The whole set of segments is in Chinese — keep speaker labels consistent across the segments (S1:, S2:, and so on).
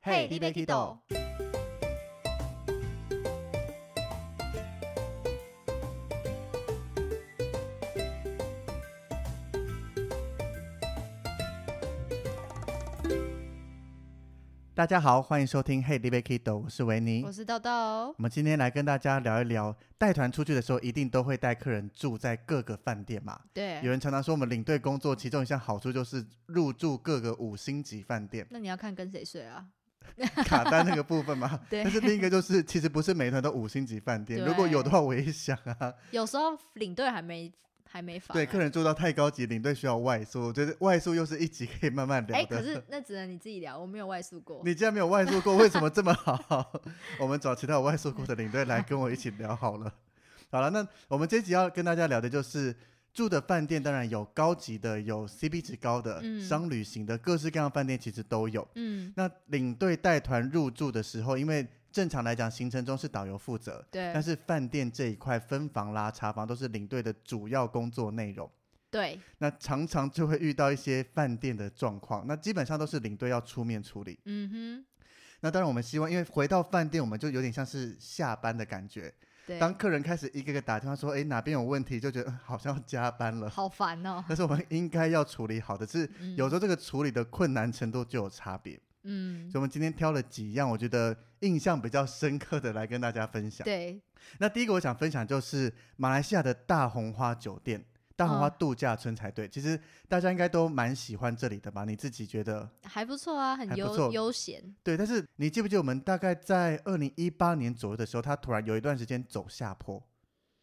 S1: 嘿你要去倒
S2: 大家好，欢迎收听 Hey, l i b e Kido，我是维尼
S1: 我。是豆豆
S2: 我。们今天来跟大家聊一聊，带团出去的时候一定都会带客人住在各个饭店嘛。有
S1: 对，
S2: 人常常说，我们领队工作其中一项好处就是入住各个五星级饭
S1: ，
S2: 店
S1: 那你要看跟谁睡啊？
S2: 卡单那个部分嘛。
S1: 对
S2: 但是另一个就是，其实不是每一团都五星级饭店，
S1: 对
S2: 如果有的话，我也想啊。
S1: 有时候领队还没还没发。
S2: 对，客人住到太高级，领队需要外宿，我觉得外宿又是一集可以慢慢
S1: 哎、
S2: 聊的。
S1: 可是那只能你自己聊，我没有外宿过。
S2: 你既然没有外宿过，为什么这么好？ 我们找其他有外宿过的领队来跟我一起聊好了。 好了，那我们这一集要跟大家聊的就是住的饭店，当然有高级的，有 CP 值高的，
S1: 嗯
S2: 商旅行的，各式各样的饭店其实都有。
S1: 嗯，
S2: 那领队带团入住的时候，因为正常来讲行程中是导游负责，
S1: 对
S2: 但是饭店这一块分房啦、茶房都是领队的主要工作内容。
S1: 对，
S2: 那常常就会遇到一些饭店的状况，那基本上都是领队要出面处理。
S1: 嗯
S2: 那当然，我们希望，因为回到饭店，我们就有点像是下班的感觉。
S1: 哼，对，
S2: 当客人开始一个个打电话说：“诶，哪边有问题？”就觉得、嗯好像要加班了。
S1: 好烦哦、
S2: 但是我们应该要处理好的，只是
S1: 嗯
S2: 有时候这个处理的困难程度就有差别。
S1: 嗯
S2: 所以，，我们今天挑了几样我觉得印象比较深刻的来跟大家分享。
S1: 对，
S2: 那第一个我想分享就是马来西亚的大红花酒店。大红花
S1: 嗯
S2: 度假村才对，其实大家应该都蛮喜欢这里的吧？你自己觉得
S1: 还不错啊，很
S2: 还不
S1: 悠
S2: 错
S1: 悠闲。
S2: 对，但是你记不记得我们大概在二零一八年左右的时候，它突然有一段时间走下坡，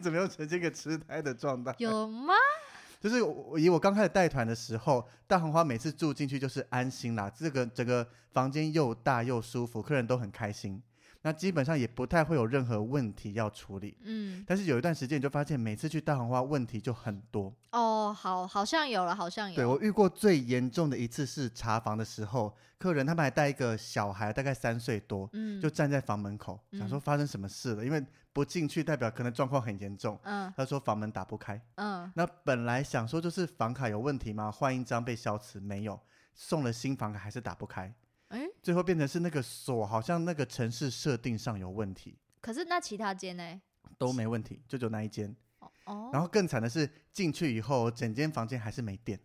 S2: 怎么又呈现一个痴呆的状态？
S1: 有吗？
S2: 就是我以我刚开始带团的时候，大红花每次住进去就是安心啦，这个整个房间又大又舒服，客人都很开心，那基本上也不太会有任何问题要处理。
S1: 嗯，
S2: 但是有一段时间，你就发现每次去大红花问题就很多。
S1: 哦，好，好像有了，好像有。
S2: 对我遇过最严重的一次是查房的时候，客人他们还带一个小孩，大概三岁多，
S1: 嗯，
S2: 就站在房门口，想说发生什么事了，因为不进去代表可能状况很严重。
S1: 嗯
S2: 他说房门打不开，
S1: 嗯，
S2: 那本来想说就是房卡有问题吗？换一张被消磁，没有，送了新房卡还是打不开，
S1: 哎、
S2: 最后变成是那个锁好像那个城市设定上有问题，
S1: 可是那其他间呢？
S2: 都没问题，就只有那一间。
S1: 哦哦，
S2: 然后更惨的是进去以后，整间房间还是没电。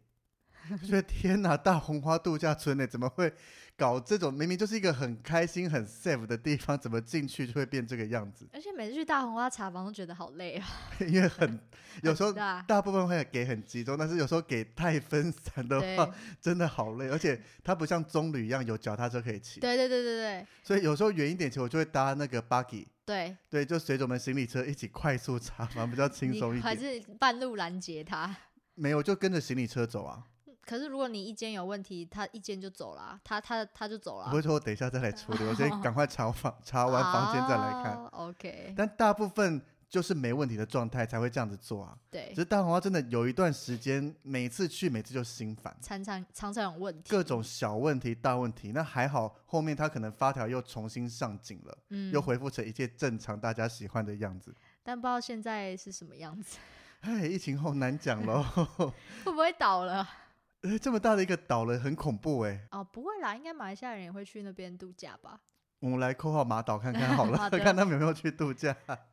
S2: 就觉得天哪，大红花度假村欸呢，怎么会搞这种？明明就是一个很开心、很 safe 的地方，怎么进去就会变这个样子？
S1: 而且每次去大红花茶房都觉得好累啊，
S2: 因为 很有时候
S1: 对啊，
S2: 大部分会给很集中，但是有时候给太分散的
S1: 对
S2: 话， 真的好累。而且它不像棕榈一样有脚踏车可以骑，
S1: 对对对对对
S2: 所以有时候远一点骑，我就会搭那个 buggy，
S1: 对，
S2: 对，就随着我们行李车一起快速查房，比较轻
S1: 你
S2: 松一
S1: 还
S2: 点。
S1: 是半路拦截他。
S2: 没有，就跟着行李车走啊，
S1: 可是如果你一间有问题，他一间就走了，他他他就走了
S2: 我不。会说我等一下再来处理，我 先赶快查房，查完房间再来看。
S1: 哦 OK，
S2: 但大部分就是没问题的状态才会这样子做啊。
S1: 对
S2: 只，是大红花真的有一段时间，每次去每次就心烦。
S1: 常常常常有问题。
S2: 各种小问题、大问题，那还好，后面他可能发条又重新上紧了，
S1: 嗯
S2: 又，恢复成一切正常大家喜欢的样子。
S1: 但不知道现在是什么样子，
S2: 哎，疫情后难讲喽，
S1: 会不会倒了？
S2: 哎这么大的一个岛了，很恐怖哎、
S1: 哦，不会啦，应该马来西亚人也会去那边度假吧？
S2: 我们来扣号马岛看看好
S1: 好
S2: 了，
S1: 的
S2: 看他们有没有去度假。然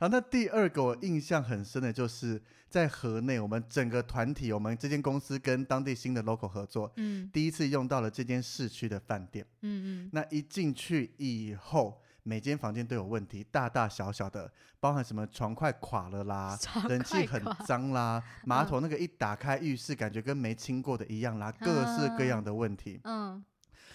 S2: 后，那第二个我印象很深的就是在河内，我们整个团体，我们这间公司跟当地新的 local 合作，
S1: 嗯
S2: 第一次用到了这间市区的饭店。
S1: 嗯嗯，
S2: 那一进去以后，每间房间都有问题，大大小小的，包含什么床快垮了啦，
S1: 床
S2: 人气
S1: 快
S2: 很
S1: 垮嗯
S2: 脏啦，马桶那个一打开，浴室感觉跟没清过的一样啦，各式各
S1: 啊
S2: 样的问题。
S1: 嗯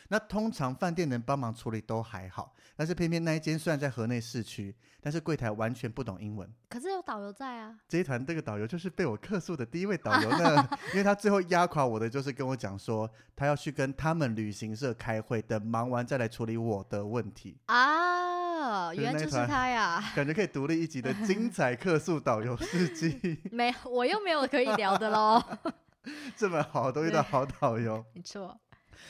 S2: 那通常饭店能帮忙处理都还好，但是偏偏那一间虽然在河内市区，但是柜台完全不懂英文。
S1: 可是有导游在啊。
S2: 这一团这个导游就是被我客诉的第一位导游 呢，因为他最后压垮我的就是跟我讲说，他要去跟他们旅行社开会，等忙完再来处理我的问题。
S1: 啊，
S2: 就是
S1: 原
S2: 那
S1: 来
S2: 一
S1: 就是
S2: 团
S1: 他呀！
S2: 感觉可以独立一集的精彩客诉导游事 迹，
S1: 没，我又没有可以聊 的喽。
S2: 这么好都遇到好导游。
S1: 没错，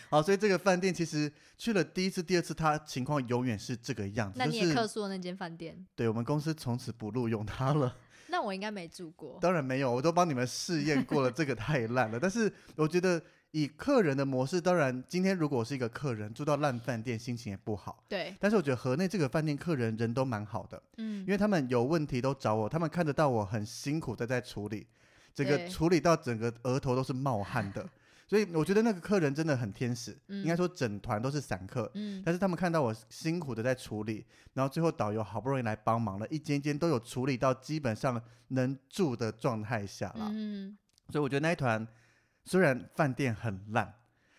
S2: 好，所以这个饭店其实去了第一次、第二次，它情况永远是这个样子，
S1: 那
S2: 就
S1: 你也客
S2: 是
S1: 诉了那间饭店，
S2: 对我们公司从此不录用它了。
S1: 那我应该没住过。
S2: 当然没有，我都帮你们试验过了，这个太烂了。但是我觉得以客人的模式，当然今天如果我是一个客人住到烂饭店，心情也不好。
S1: 对，
S2: 但是我觉得河内这个饭店客人人都蛮好的，
S1: 嗯
S2: 因，为他们有问题都找我，他们看得到我很辛苦的在处理，整个
S1: 对
S2: 处理到整个额头都是冒汗的，所以我觉得那个客人真的很天使，应该
S1: 嗯
S2: 说整团都是散客，
S1: 嗯，
S2: 但是他们看到我辛苦的在处理，然后最后导游好不容易来帮忙了，一间间都有处理到基本上能住的状态下啦。
S1: 嗯，
S2: 所以我觉得那一团虽然饭店很烂，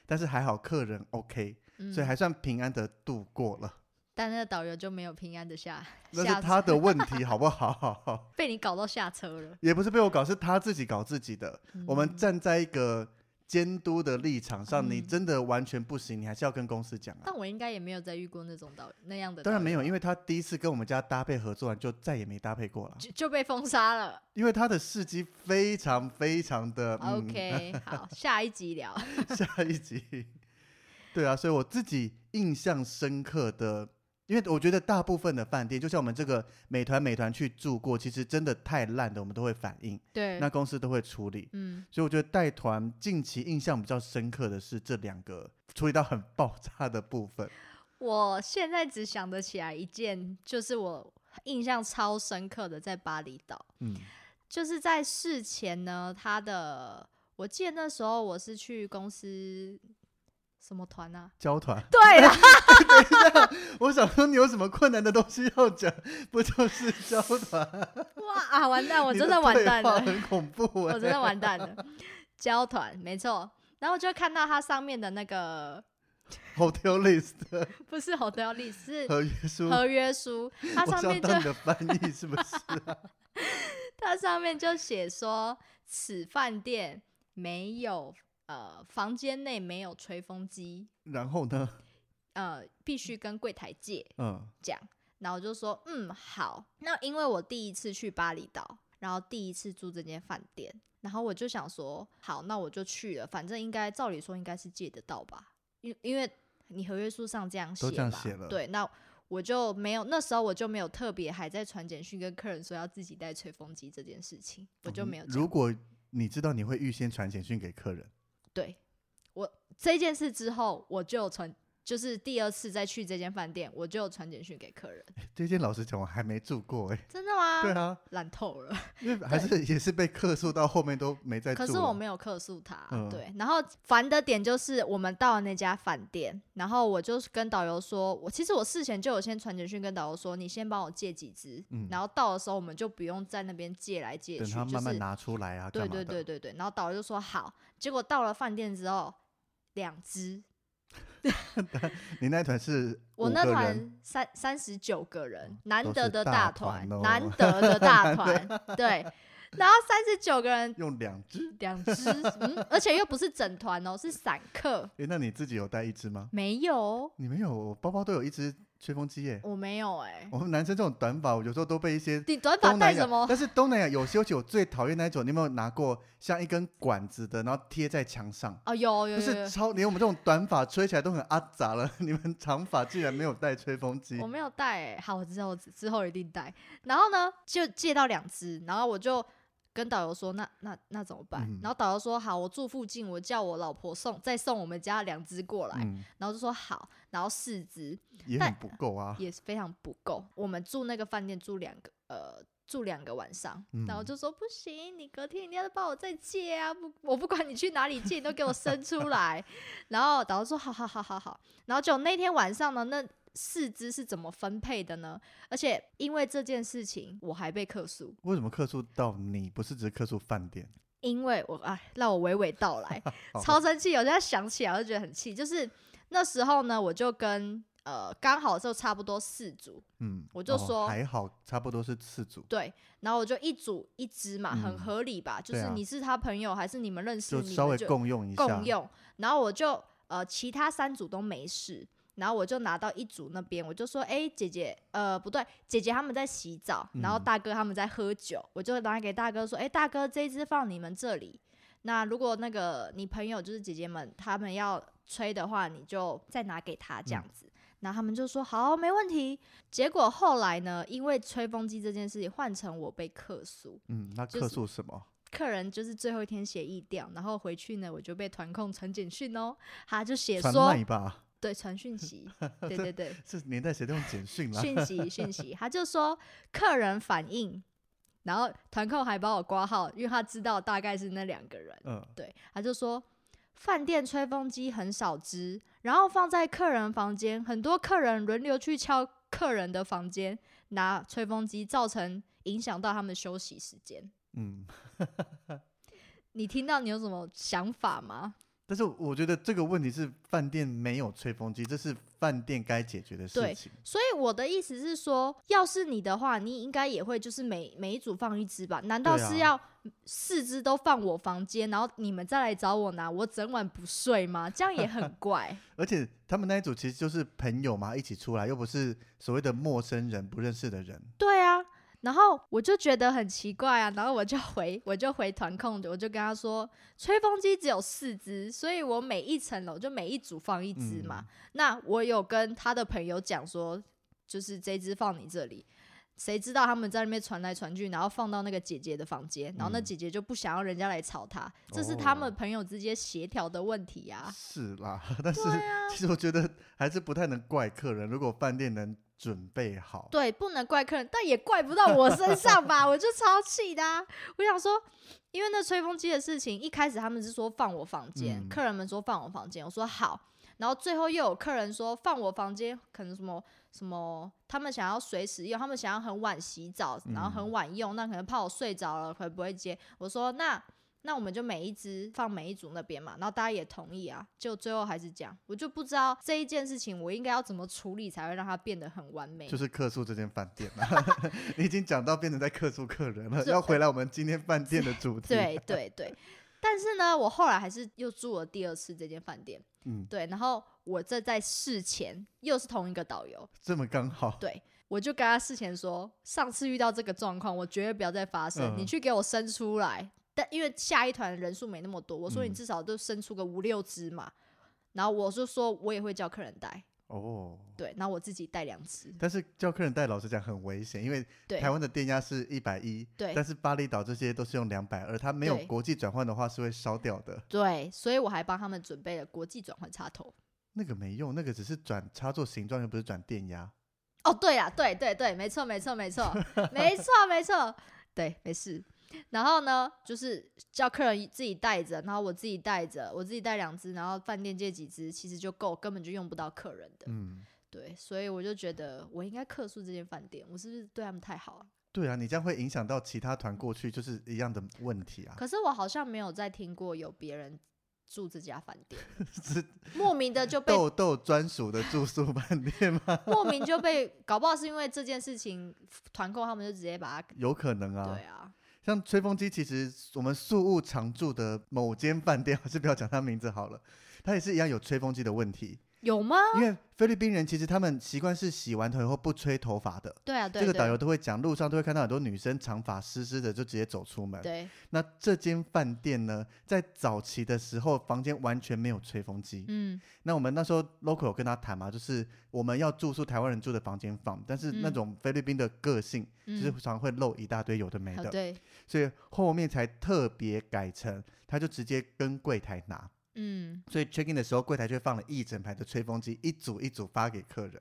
S2: 但是还好客人 OK，、
S1: 嗯
S2: 所以还算平安的度过了。
S1: 但那个导游就没有平安的下，
S2: 那
S1: 下
S2: 是他的问题，好不好？
S1: 被你搞到下车了。
S2: 也不是被我搞，是他自己搞自己的。
S1: 嗯
S2: 我们站在一个监督的立场上，你
S1: 嗯
S2: 真的完全不行，你还是要跟公司讲啊。
S1: 但我应该也没有再遇过那种导那样的导
S2: 当
S1: 游，
S2: 然没有，因为他第一次跟我们家搭配合作完，就再也没搭配过了。
S1: 就就被封杀了。
S2: 因为他的事迹非常非常的、嗯、
S1: OK，好，下一集聊。
S2: 下一集，对啊，所以我自己印象深刻的，因为我觉得大部分的饭店，就像我们这个美团美团去住过，其实真的太烂的，我们都会反映，
S1: 对，
S2: 那公司都会处理。
S1: 嗯，
S2: 所以我觉得带团近期印象比较深刻的是这两个处理到很爆炸的部分。
S1: 我现在只想得起来一件，就是我印象超深刻的，在巴厘岛，
S2: 嗯
S1: 就是在事前呢，他的我记得那时候我是去公司什么团啊？
S2: 交团，
S1: 对啦，
S2: 我想说你有什么困难的东西要讲，不就是交团？
S1: 哇啊，完蛋，我
S2: 你
S1: 真的完
S2: 对
S1: 蛋
S2: 话
S1: 了。
S2: 很恐怖、欸。
S1: 我真的完蛋了。交团没错，然后就看到它上面的那个
S2: Hotel List
S1: 不是 hotel list 是
S2: 合约书，
S1: 合约书，它
S2: 我
S1: 上
S2: 想
S1: 面就
S2: 当你的翻译是 不是啊？
S1: 它上面就写说此饭店没有呃房间内没有吹风机，
S2: 然后呢？
S1: 呃必须跟柜台借
S2: 嗯，
S1: 这样。然后我就说嗯好，那因为我第一次去巴厘岛，然后第一次住这间饭店，然后我就想说好，那我就去了，反正应该照理说应该是借得到吧，因因为你合约书上这样写
S2: 都这样
S1: 嘛
S2: 写了
S1: 对，那我就没有那时候我就没有特别还在传简讯跟客人说要自己带吹风机这件事情，我就没有讲、
S2: 哦如果你知道你会预先传简讯给客人，
S1: 对我这件事之后，我就有传。就是第二次再去这间饭店，我就有传简讯给客人。
S2: 这间老实讲我还没住过哎、
S1: 真的吗？
S2: 对啊，
S1: 懒透了。
S2: 因为还是也是被客诉到后面都没再住
S1: 可
S2: 了。
S1: 是我没有客诉他，
S2: 嗯
S1: 对。然后烦的点就是我们到了那家饭店，然后我就跟导游说，我其实我事前就有先传简讯跟导游说，你先帮我借几支，
S2: 嗯
S1: 然后到的时候我们就不用在那边借来借
S2: 等
S1: 去，
S2: 他慢慢
S1: 就是
S2: 拿出来啊，
S1: 对
S2: 干嘛
S1: 对
S2: 的
S1: 对对对。然后导游就说好，结果到了饭店之后，两支，
S2: 你那一团是
S1: 我
S2: 五
S1: 那
S2: 个人哦
S1: 团三三十九个人，难
S2: 都
S1: 得
S2: 是
S1: 的
S2: 大
S1: 团，
S2: 团哦
S1: 难得 的大团，对。然后三十九个人
S2: 用两只，
S1: 两只，嗯，而且又不是整团哦，是散客。
S2: 哎、那你自己有带一只吗？
S1: 没有，
S2: 你没有，我包包都有一只吹风机耶、
S1: 我没有哎、
S2: 我们男生这种短发，我有时候都被一些
S1: 你短发
S2: 东
S1: 带
S2: 南亚，
S1: 什么？
S2: 但是东南亚有些，尤其我最讨厌那一种，你有没有拿过像一根管子的，然后贴在墙上？
S1: 哦，有有
S2: 就
S1: 有
S2: 是超连我们这种短发吹起来都很阿杂了， 你们长发竟然没有带吹风机嗯
S1: 有，我，没有带哎、好，我之后之后一定带。然后呢，就借到两只，然后我就跟导游说，那那那怎么办？
S2: 嗯
S1: 然后导游说，好，我住附近，我叫我老婆送，再送我们家两只过来。
S2: 嗯，
S1: 然后就说好，然后四只
S2: 也
S1: 但
S2: 很不够啊。
S1: 也是非常不够。我们住那个饭店住两个呃住两个晚上，然后
S2: 嗯
S1: 就说不行，你隔天一定要帮我再借啊！不，我不管你去哪里借，你都给我生出来。然后导游说好好好好好。然后就那天晚上呢，那四只是怎么分配的呢？而且因为这件事情，我还被客诉，
S2: 为什么客诉到你？不是只客诉饭店？
S1: 因为我哎，让我娓娓道来
S2: 好，
S1: 超生气。我现在想起来我就觉得很气，就是那时候呢，我就跟呃刚好就差不多四组，
S2: 嗯，
S1: 我就
S2: 哦
S1: 说
S2: 还好，差不多是次组，
S1: 对，然后我就一组一只嘛，
S2: 嗯
S1: 很合理吧？就
S2: 对
S1: 是
S2: 啊
S1: 你是他朋友，还是你们认识
S2: 就
S1: 你们
S2: 稍微共用一下，
S1: 共用，然后我就呃其他三组都没事，然后我就拿到一组那边，我就说，哎、姐姐，呃，不对，姐姐他们在洗澡，然后
S2: 嗯
S1: 大哥他们在喝酒，我就拿给大哥说，哎、大哥这一支放你们这里，那如果那个你朋友就是姐姐们他们要吹的话，你就再拿给他这样
S2: 嗯
S1: 子。然后他们就说好，没问题。结果后来呢，因为吹风机这件事情，换成我被客诉，
S2: 嗯，那
S1: 就
S2: 客
S1: 是
S2: 诉什么？
S1: 客人就是最后一天写意调，然后回去呢，我就被团控传简讯哦，他就写
S2: 传
S1: 说
S2: 赖吧，
S1: 对传讯息，对对对，
S2: 这年代谁都用简讯啦。
S1: 讯息讯息，他就说客人反应，然后团控还把我挂号，因为他知道大概是那两个人，
S2: 嗯，
S1: 对，他就说饭店吹风机很少支，然后放在客人房间，很多客人轮流去敲客人的房间拿吹风机，造成影响到他们休息时间。
S2: 嗯，
S1: 你听到你有什么想法吗？
S2: 但是我觉得这个问题是饭店没有吹风机，这是饭店该解决的事
S1: 对
S2: 情。
S1: 所以我的意思是说，要是你的话，你应该也会就是每每一组放一只吧？难道
S2: 对啊
S1: 是要四只都放我房间，然后你们再来找我拿，我整晚不睡吗？这样也很 怪。
S2: 而且他们那一组其实就是朋友嘛，一起出来，又不是所谓的陌生人、不认识的人。
S1: 对啊，然后我就觉得很奇怪啊，然后我就回我就回团控，我就跟他说，吹风机只有四只，所以我每一层楼就每一组放一只嘛。
S2: 嗯
S1: 那我有跟他的朋友讲说，就是这只放你这里。谁知道他们在那边传来传去，然后放到那个姐姐的房间，然后那
S2: 嗯
S1: 姐姐就不想要人家来吵她，这是他
S2: 哦
S1: 们朋友之间协调的问题啊。
S2: 是啦，但 是、 其实我觉得还是不太能怪客人。如果饭店能准备好，
S1: 对，不能怪客人，但也怪不到我身上吧，我就超气的、啊。我想说，因为那吹风机的事情，一开始他们是说放我房间，
S2: 嗯
S1: 客人们说放我房间，我说好，然后最后又有客人说放我房间，可能什么什么，他们想要随时用，他们想要很晚洗澡，然后很晚用，那可能怕我睡着了，会不会接？我说那。那我们就每一只放每一组那边嘛，然后大家也同意啊，就最后还是这样，我就不知道这一件事情我应该要怎么处理才会让它变得很完美。
S2: 就是客诉这间饭店啦。 你已经讲到变成在客诉客人了，
S1: 这
S2: 要回来我们今天饭店的主题。，
S1: 对对对，但是呢，我后来还是又住了第二次这间饭店，
S2: 嗯，
S1: 对，然后我这在事前又是同一个导游，
S2: 这么刚好。
S1: 对我就跟他事前说，上次遇到这个状况，我绝对不要再发生，你
S2: 嗯
S1: 去给我生出来。但因为下一团人数没那么多，我说你
S2: 嗯
S1: 至少都生出个五六只嘛，然后我就说我也会叫客人带，
S2: 哦，
S1: 对，然后我自己带两只，
S2: 但是叫客人带，老实讲很危险，因为
S1: 对
S2: 台湾的电压是一百一，
S1: 对
S2: 但是巴厘岛这些都是用两百二，它没有
S1: 对
S2: 国际转换的话是会烧掉的。
S1: 对，所以我还帮他们准备了国际转换插头。
S2: 那个没用，那个只是转插座形状，又不是转电压。
S1: 哦，对啊，对对对，没错没错没错没错没错，对，没事。然后呢，就是叫客人自己带着，然后我自己带着，我自己带两只，然后饭店借几只，其实就够，根本就用不到客人的。
S2: 嗯，
S1: 对，所以我就觉得我应该客诉这间饭店，我是不是对他们太好了？
S2: 对啊，你这样会影响到其他团过去，就是一样的问题啊。
S1: 可是我好像没有再听过有别人住这家饭店
S2: 是，
S1: 莫名的就被
S2: 豆豆专属的住宿饭店吗？
S1: 莫名就被，搞不好是因为这件事情，团购他们就直接把它。
S2: 有可能啊
S1: 对。啊，
S2: 像吹风机，其实我们宿务常住的某间饭店，还是不要讲它名字好了，它也是一样有吹风机的问题。
S1: 有吗？
S2: 因为菲律宾人其实他们习惯是洗完头以后不吹头发的。
S1: 对啊，对
S2: 这个
S1: 对
S2: 导游都会讲，路上都会看到很多女生长发湿湿的就直接走出门。
S1: 对，
S2: 那这间饭店呢，在早期的时候，房间完全没有吹风机。
S1: 嗯，
S2: 那我们那时候 local 有跟他谈嘛，就是我们要住宿台湾人住的房间房，但是那
S1: 嗯
S2: 种菲律宾的个性，
S1: 嗯
S2: 就是常会漏一大堆有的没
S1: 好
S2: 的，
S1: 对，
S2: 所以后面才特别改成，他就直接跟柜台拿。
S1: 嗯，
S2: 所以 check in 的时候，柜台就放了一整排的吹风机，一组一组发给客人。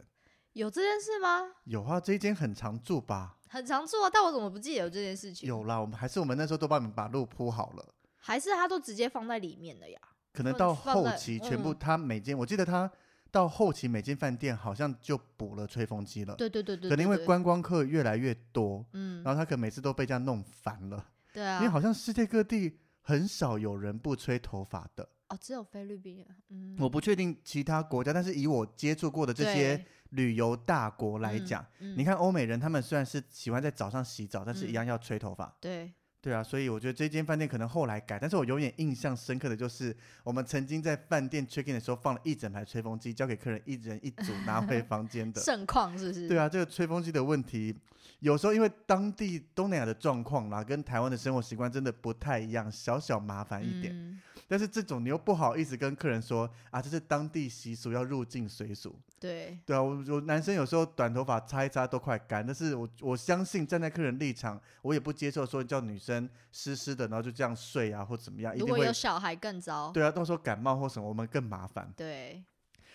S1: 有这件事吗？
S2: 有啊，这一间很常住吧？
S1: 很常做啊，但我怎么不记得有这件事情？，
S2: 有啦，我们还是我们那时候都帮你们把路铺好了。
S1: 还是他都直接放在里面了呀？
S2: 可能
S1: 放
S2: 到
S1: 放
S2: 后
S1: 在
S2: 期全
S1: 嗯
S2: 部，他每间、我记得他到后期每间饭店好像就补了吹风机了，
S1: 对对对
S2: 呃
S1: 对，
S2: 可能因为
S1: 对，
S2: 观光客越来越多，
S1: 嗯，
S2: 然后他可能每次都被这样弄烦了，
S1: 对
S2: 因为
S1: 啊，
S2: 好像世界各地很少有人不吹头发的，
S1: 哦，只有菲律宾人，嗯，
S2: 我不确定其他国家，但是以我接触过的这些
S1: 对
S2: 旅游大国来
S1: 嗯
S2: 讲，
S1: 嗯
S2: 你看欧美人他们虽然是喜欢在早上洗澡，但是一
S1: 嗯
S2: 样要吹头发，
S1: 对，
S2: 对啊，所以我觉得这间饭店可能后来改，但是我永远印象深刻的就是，我们曾经在饭店 check in 的时候放了一整排吹风机，交给客人一人一组拿回房间的。
S1: 盛况 是不是？
S2: 对啊，这个吹风机的问题，有时候因为当地东南亚的状况啦，跟台湾的生活习惯真的不太一样，小小麻烦一点。
S1: 嗯，
S2: 但是这种你又不好意思跟客人说啊，这是当地习俗，要入境随俗。
S1: 对，
S2: 对啊，我我男生有时候短头发擦一擦都快干，但是我我相信站在客人立场，我也不接受说叫女生湿湿的，然后就这样睡啊或怎么样，一
S1: 如
S2: 定
S1: 果
S2: 会
S1: 有小孩更糟。
S2: 对啊，到时候感冒或什么我们更麻烦。
S1: 对，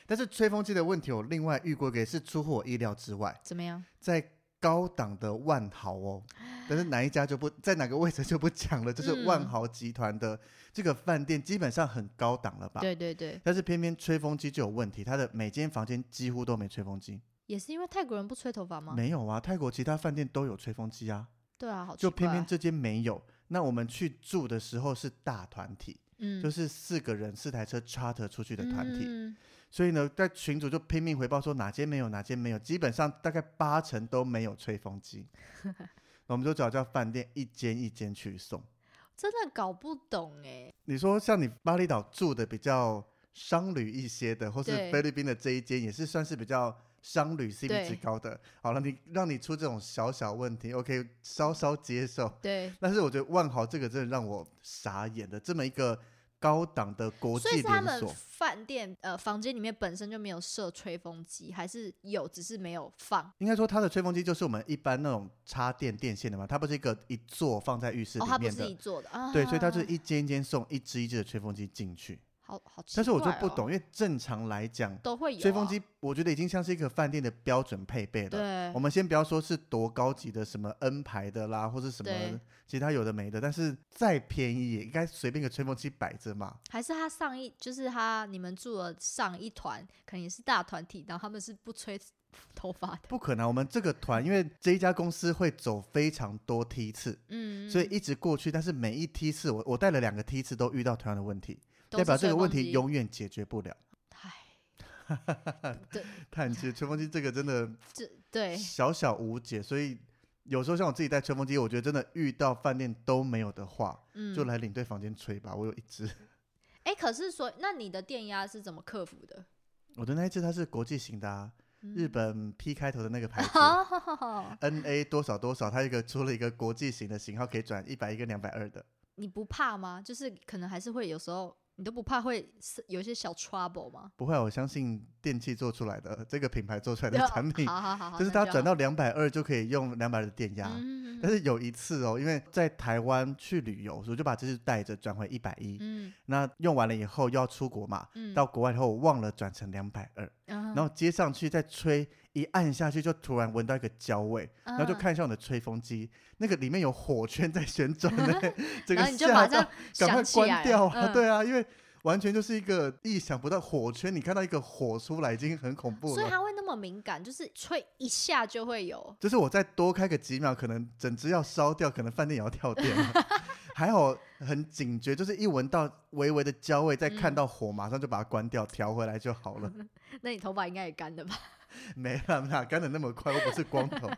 S2: 但是吹风机的问题，我另外遇过一个也是出乎我意料之外，
S1: 怎么样？
S2: 在高档的万豪哦，但是哪一家就不在哪个位置就不讲了，就是万
S1: 嗯
S2: 豪集团的这个饭店基本上很高档了吧？
S1: 对对对，
S2: 但是偏偏吹风机就有问题，它的每间房间几乎都没吹风机。
S1: 也是因为泰国人不吹头发吗？
S2: 没有啊，泰国其他饭店都有吹风机啊，
S1: 对啊，好奇
S2: 就偏偏
S1: 怪
S2: 这间没有。那我们去住的时候是大团体，
S1: 嗯
S2: 就是四个人四台车 charter 出去的团体，
S1: 嗯
S2: 所以呢，在群主就拼命回报说哪间没有，哪间没有，基本上大概八成都没有吹风 机。我们就找叫饭店一间一间去送。
S1: 真的搞不懂哎、
S2: 你说像你巴厘岛住的比较商旅一些的，或是
S1: 对
S2: 菲律宾的这一间也是算是比较商旅 CP 值
S1: 对
S2: 高的。好了，你让你出这种小小问题，OK，稍稍接受。
S1: 对，
S2: 但是我觉得万豪这个真的让我傻眼的，这么一个高档的国际
S1: 所以是他
S2: 连
S1: 们
S2: 锁，
S1: 饭店呃房间里面本身就没有设吹风机，还是有，只是没有放。
S2: 应该说它的吹风机就是我们一般那种插电电线的嘛，它不是一个一座放在浴室
S1: 哦，
S2: 里
S1: 他不
S2: 面
S1: 是
S2: 的，
S1: 自己做的啊。
S2: 对，所以它就是一间一间送一只一只的吹风机进去。
S1: 好好奇怪、哦。
S2: 但是我就不，懂，因为正常来讲，
S1: 都会有、哦
S2: 吹风。机我觉得已经像是一个饭店的标准配备了。
S1: 对
S2: 我，们先不要说是多高级的什么 N 牌的啦，或是什
S1: 对
S2: 么其他有的没的，但是再便宜也应该随便一个吹风机摆着嘛。
S1: 还是他上一就是他你们住了上一团，可能也是大团体，然后他们是不吹 头发的。
S2: 不可能，我们这个团因为这一家公司会走非常多梯次，
S1: 嗯，
S2: 所以一直过去，但是每一梯次我我带了两个梯次都遇到同样的问题，
S1: 都
S2: 代
S1: 是
S2: 表这
S1: 吹
S2: 个问
S1: 风
S2: 题
S1: 机。
S2: 永远解决不了。
S1: 唉，
S2: 叹 气，吹风机这个真的
S1: 这对
S2: 小小无解，所以有时候像我自己带吹风机，我觉得真的遇到饭店都没有的话，
S1: 嗯，
S2: 就来领队房间吹吧。我有一只，
S1: 哎、可是所以那你的电压是怎么克服的？
S2: 我的那一只它是国际型的、啊，日
S1: 嗯
S2: 本 P 开头的那个牌子。
S1: 哦，
S2: N A 多少多少，它有一个出了一个国际型的型号，可以转一百一跟两百二的。
S1: 你不怕吗？就是可能还是会有时候你都不怕会是有一些小 trouble 吗？
S2: 不会啊，我相信电器做出来的这个品牌做出来的产品，
S1: 哦好好好好，
S2: 就是
S1: 那
S2: 它
S1: 好
S2: 转到啊两百二就可以用两百的电压。
S1: 嗯
S2: 但是有一次哦，因为在台湾去旅游，我就把这只带着转回一百一。
S1: 嗯
S2: 那用完了以后又要出国嘛，
S1: 嗯，
S2: 到国外以后我忘了转成两百二，
S1: 然
S2: 然后接上去再吹，一按下去就突然闻到一个焦味，
S1: 然
S2: 然后就看一下我的吹风机，那个里面有火圈在旋转 的，整个
S1: 然后你就
S2: 吓
S1: 马
S2: 到
S1: 上
S2: 赶快
S1: 想起
S2: 关
S1: 来
S2: 掉
S1: 了
S2: 啊！
S1: 嗯
S2: 对啊，因为完全就是一个意想不到火圈，你看到一个火出来已经很恐怖
S1: 所以
S2: 了。
S1: 它会那么敏感，就是吹一下就会有。
S2: 就是我再多开个几秒，可能整只要烧掉，可能饭店也要跳 电了。还好很警觉，就是一闻到微微的焦味，再看
S1: 嗯
S2: 到火，马上就把它关掉，调回来就好了。
S1: 那你头发应该也干了吧？
S2: 没了，哪干的那么快？又不是光头。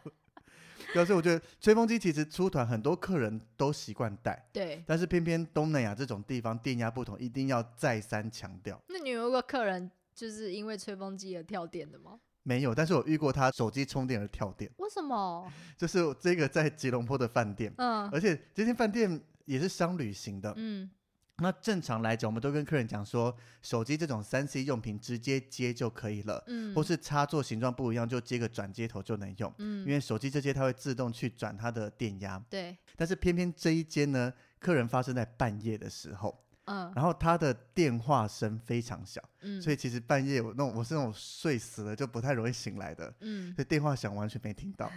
S2: 对啊，所以我觉得吹风机其实出团很多客人都习惯带，
S1: 对。
S2: 但是偏偏东南亚这种地方电压不同，一定要再三强调。
S1: 那你有过客人就是因为吹风机而跳电的吗？
S2: 没有，但是我遇过他手机充电而跳电，
S1: 为什么？
S2: 就是这个在吉隆坡的饭店，
S1: 嗯
S2: 而且这间饭店也是商旅型的。
S1: 嗯，
S2: 那正常来讲，我们都跟客人讲说，手机这种三 C 用品直接接就可以了，
S1: 嗯，
S2: 或是插座形状不一样就接个转接头就能用，
S1: 嗯
S2: 因，为手机这些它会自动去转它的电压。
S1: 对，
S2: 但是偏偏这一间呢，客人发生在半夜的时候，
S1: 嗯
S2: 然后他的电话声非常小，
S1: 嗯，
S2: 所
S1: 以
S2: 以其实半夜我那种我是那种睡死了就不太容易醒来的，
S1: 嗯
S2: 所以电话响完全没听 到。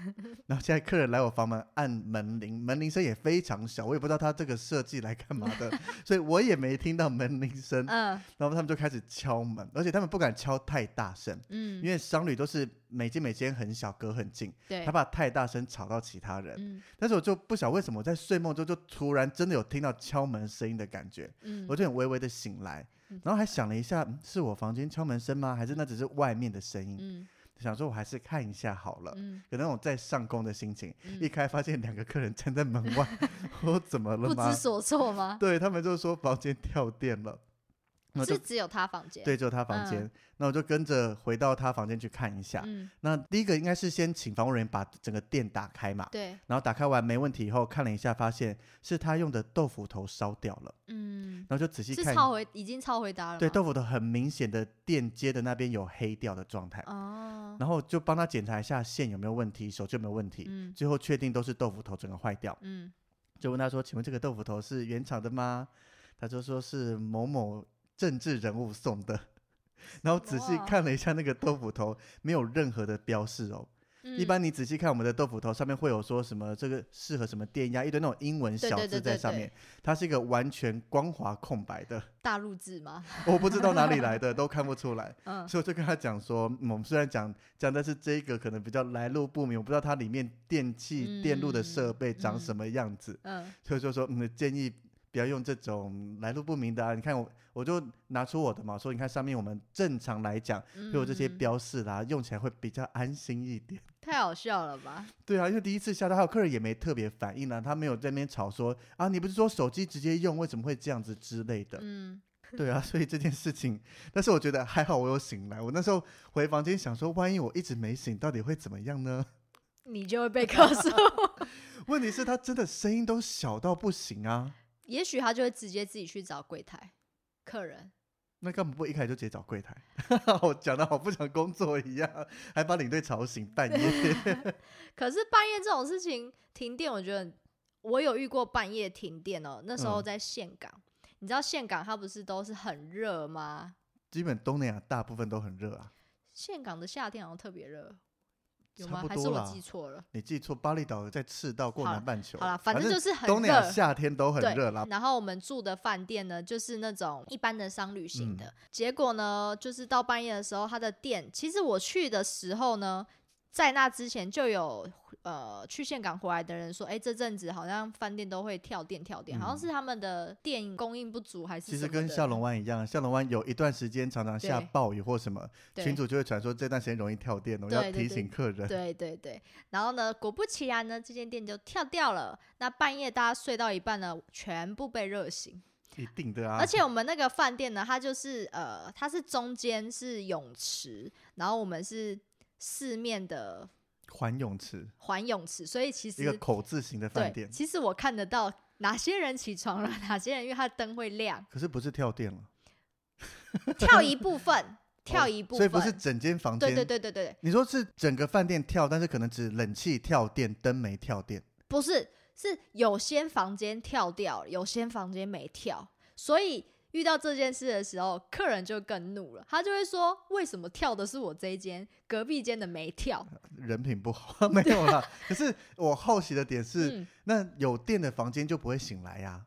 S2: 然后现在客人来我房门按门铃，门铃声也非常小，我也不知道他这个设计来干嘛 的，所以我也没听到门铃声。
S1: 嗯
S2: 然后他们就开始敲门，而且他们不敢敲太大声，
S1: 嗯，
S2: 因为商旅都是每间每间很小，隔很近，
S1: 对
S2: 他，怕太大声吵到其他人。
S1: 嗯
S2: 但是我就不晓为什么我在睡梦中就突然真的有听到敲门声音的感觉，
S1: 嗯，
S2: 我就很微微的醒来
S1: 嗯，
S2: 然后还想了一下，嗯是我房间敲门声吗？还是那只是外面的声音？
S1: 嗯
S2: 想说我还是看一下好了。
S1: 嗯
S2: 有那种在上工的心情，
S1: 嗯
S2: 一开发现两个客人站在门外 ，我说怎么了
S1: 不
S2: 吗
S1: 知？所措吗？
S2: 对他们就说房间跳电了。那我就是
S1: 只有他房间。，
S2: 对，就他房
S1: 嗯
S2: 间，那我就跟着回到他房间去看一下。
S1: 嗯，
S2: 那第一个应该是先请房务人员把整个店打开嘛，
S1: 对，
S2: 然后打开完没问题以后，看了一下，发现是他用的豆腐头烧掉了，
S1: 嗯，
S2: 然后就仔细
S1: 是
S2: 看，
S1: 超回已经超回答了吗。
S2: 对，豆腐头很明显的店接的那边有黑掉的状态，
S1: 哦，
S2: 然后就帮他检查一下线有没有问题，手机有没有问题，
S1: 嗯
S2: 最后确定都是豆腐头整个坏掉，
S1: 嗯，
S2: 就问他说：“请问这个豆腐头是原厂的吗？”他就说是某某政治人物送的。然后仔细
S1: 什么啊
S2: 看了一下那个豆腐头，没有任何的标示哦，
S1: 嗯
S2: 一般你仔细看我们的豆腐头上面会有说什么这个适合什么电压，一堆那种英文
S1: 对
S2: 小
S1: 对
S2: 字
S1: 对
S2: 在
S1: 对
S2: 上
S1: 对
S2: 面，它是一个完全光滑空白的，
S1: 嗯大陆字吗？
S2: 我不知道哪里来的，都看不出来。
S1: 嗯，
S2: 所以我就跟他讲说，嗯我们虽然讲讲，但是这个可能比较来路不明，我不知道它里面电器、电路的设备长
S1: 嗯
S2: 什么样子，
S1: 嗯，
S2: 所以就说嗯建议。不要用这种来路不明的啊！你看我，我就拿出我的嘛，说你看上面我们正常来讲
S1: 嗯
S2: 会有这些
S1: 嗯
S2: 标示啦，用起来会比较安心一点。
S1: 太好笑了吧？
S2: 对啊，因为第一次吓到，还有客人也没特别反应啊，他没有在那边吵说啊，你不是说手机直接用，为什么会这样子之类的。
S1: 嗯，
S2: 对啊， 所以这件事情，但是我觉得还好，我有醒来。我那时候回房间想说，万一我一直没醒，到底会怎么样呢？
S1: 你就会被告诉。
S2: 问题是，他真的声音都小到不行啊，
S1: 也许他就会直接自己去找柜台客人。
S2: 那干嘛不一开始就直接找柜台？ 我讲的好不想工作一样，还把领队吵醒半夜。
S1: 可是半夜这种事情，停电，我觉得我有遇过半夜停电哦。那时候
S2: 嗯
S1: 在岘港，你知道岘港它不是都是很热吗？
S2: 基本东南亚大部分都很热啊，
S1: 岘港的夏天好像特别热，有
S2: 差
S1: 吗？
S2: 不
S1: 还是
S2: 多
S1: 我
S2: 啦。
S1: 记错了？
S2: 你记错，巴厘岛在赤道过
S1: 好
S2: 南半球。
S1: 好啦，反正就是很
S2: 东南亚
S1: 热。
S2: 夏天都很
S1: 对
S2: 热啦，
S1: 然后我们住的饭店呢，就是那种一般的商旅型
S2: 嗯
S1: 的。结果呢，就是到半夜的时候，它的店，其实我去的时候呢，在那之前就有呃去岘港回来的人说，哎，这阵子好像饭店都会跳电跳电，
S2: 嗯
S1: 好像是他们的电供应不足还是
S2: 其
S1: 什
S2: 实
S1: 么
S2: 跟
S1: 的
S2: 下龙湾一样，下龙湾有一段时间常常下
S1: 对
S2: 暴雨或什么，
S1: 对
S2: 群主就会传说这段时间容易跳电哦，要
S1: 对对
S2: 提
S1: 对
S2: 醒客人。
S1: 对对对，然后呢，果不其然呢，这间店就跳掉了。那半夜大家睡到一半呢，全部被热醒。
S2: 一定的啊，
S1: 而且我们那个饭店呢，它就是呃，它是中间是泳池，然后我们是四面的
S2: 环泳池
S1: 环泳池，所以其
S2: 一个
S1: 实
S2: 口字形的饭
S1: 对，
S2: 店，
S1: 其实我看得到哪些人起床了，哪些人因为它灯会 亮，
S2: 可是不是跳电了，
S1: 跳一部分，跳一部
S2: 哦所以
S1: 分，
S2: 不是整间房间。
S1: 对对对对对，
S2: 你说是整个饭店跳，但是可能只冷气跳电，灯没跳电。
S1: 不是，是有些房间跳掉了，有些房间没跳，所以遇到这件事的时候，客人就更怒了，他就会说：为什么跳的是我这一间，隔壁间的没跳？
S2: 人品不好， 没有啦。可是我好奇的点是，
S1: 嗯，
S2: 那有电的房间就不会醒来呀、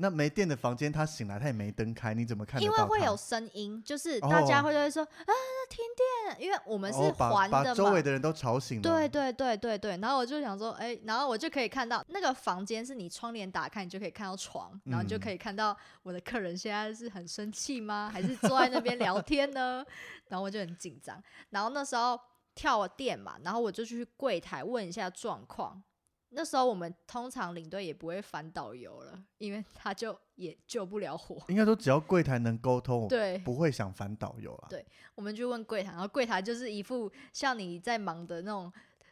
S2: 那没电的房间，他醒来他也没灯开，你怎么看得
S1: 因
S2: 到
S1: 为
S2: 他？
S1: 会有声音，就是大家
S2: 哦
S1: 会就会说、啊停电，因为我们是
S2: 哦把
S1: 环
S2: 把
S1: 的
S2: 周
S1: 嘛。
S2: 围的人都吵醒了。
S1: 对对对对对，然后我就想说，哎、然后我就可以看到那个房间是你窗帘打开，你就可以看到床，然后你就
S2: 嗯
S1: 可以看到我的客人现在是很生气吗？还是坐在那边聊天呢？然后我就很紧张，然后那时候跳电嘛，然后我就去柜台问一下状况。那时候我们通常领队也不会烦导游了，因为他就也救不了火。
S2: 应该说只要柜台能沟通，我
S1: 对，
S2: 不会想烦导游啊。
S1: 对我们去问柜台，然后柜台就是一副像你在忙的那种，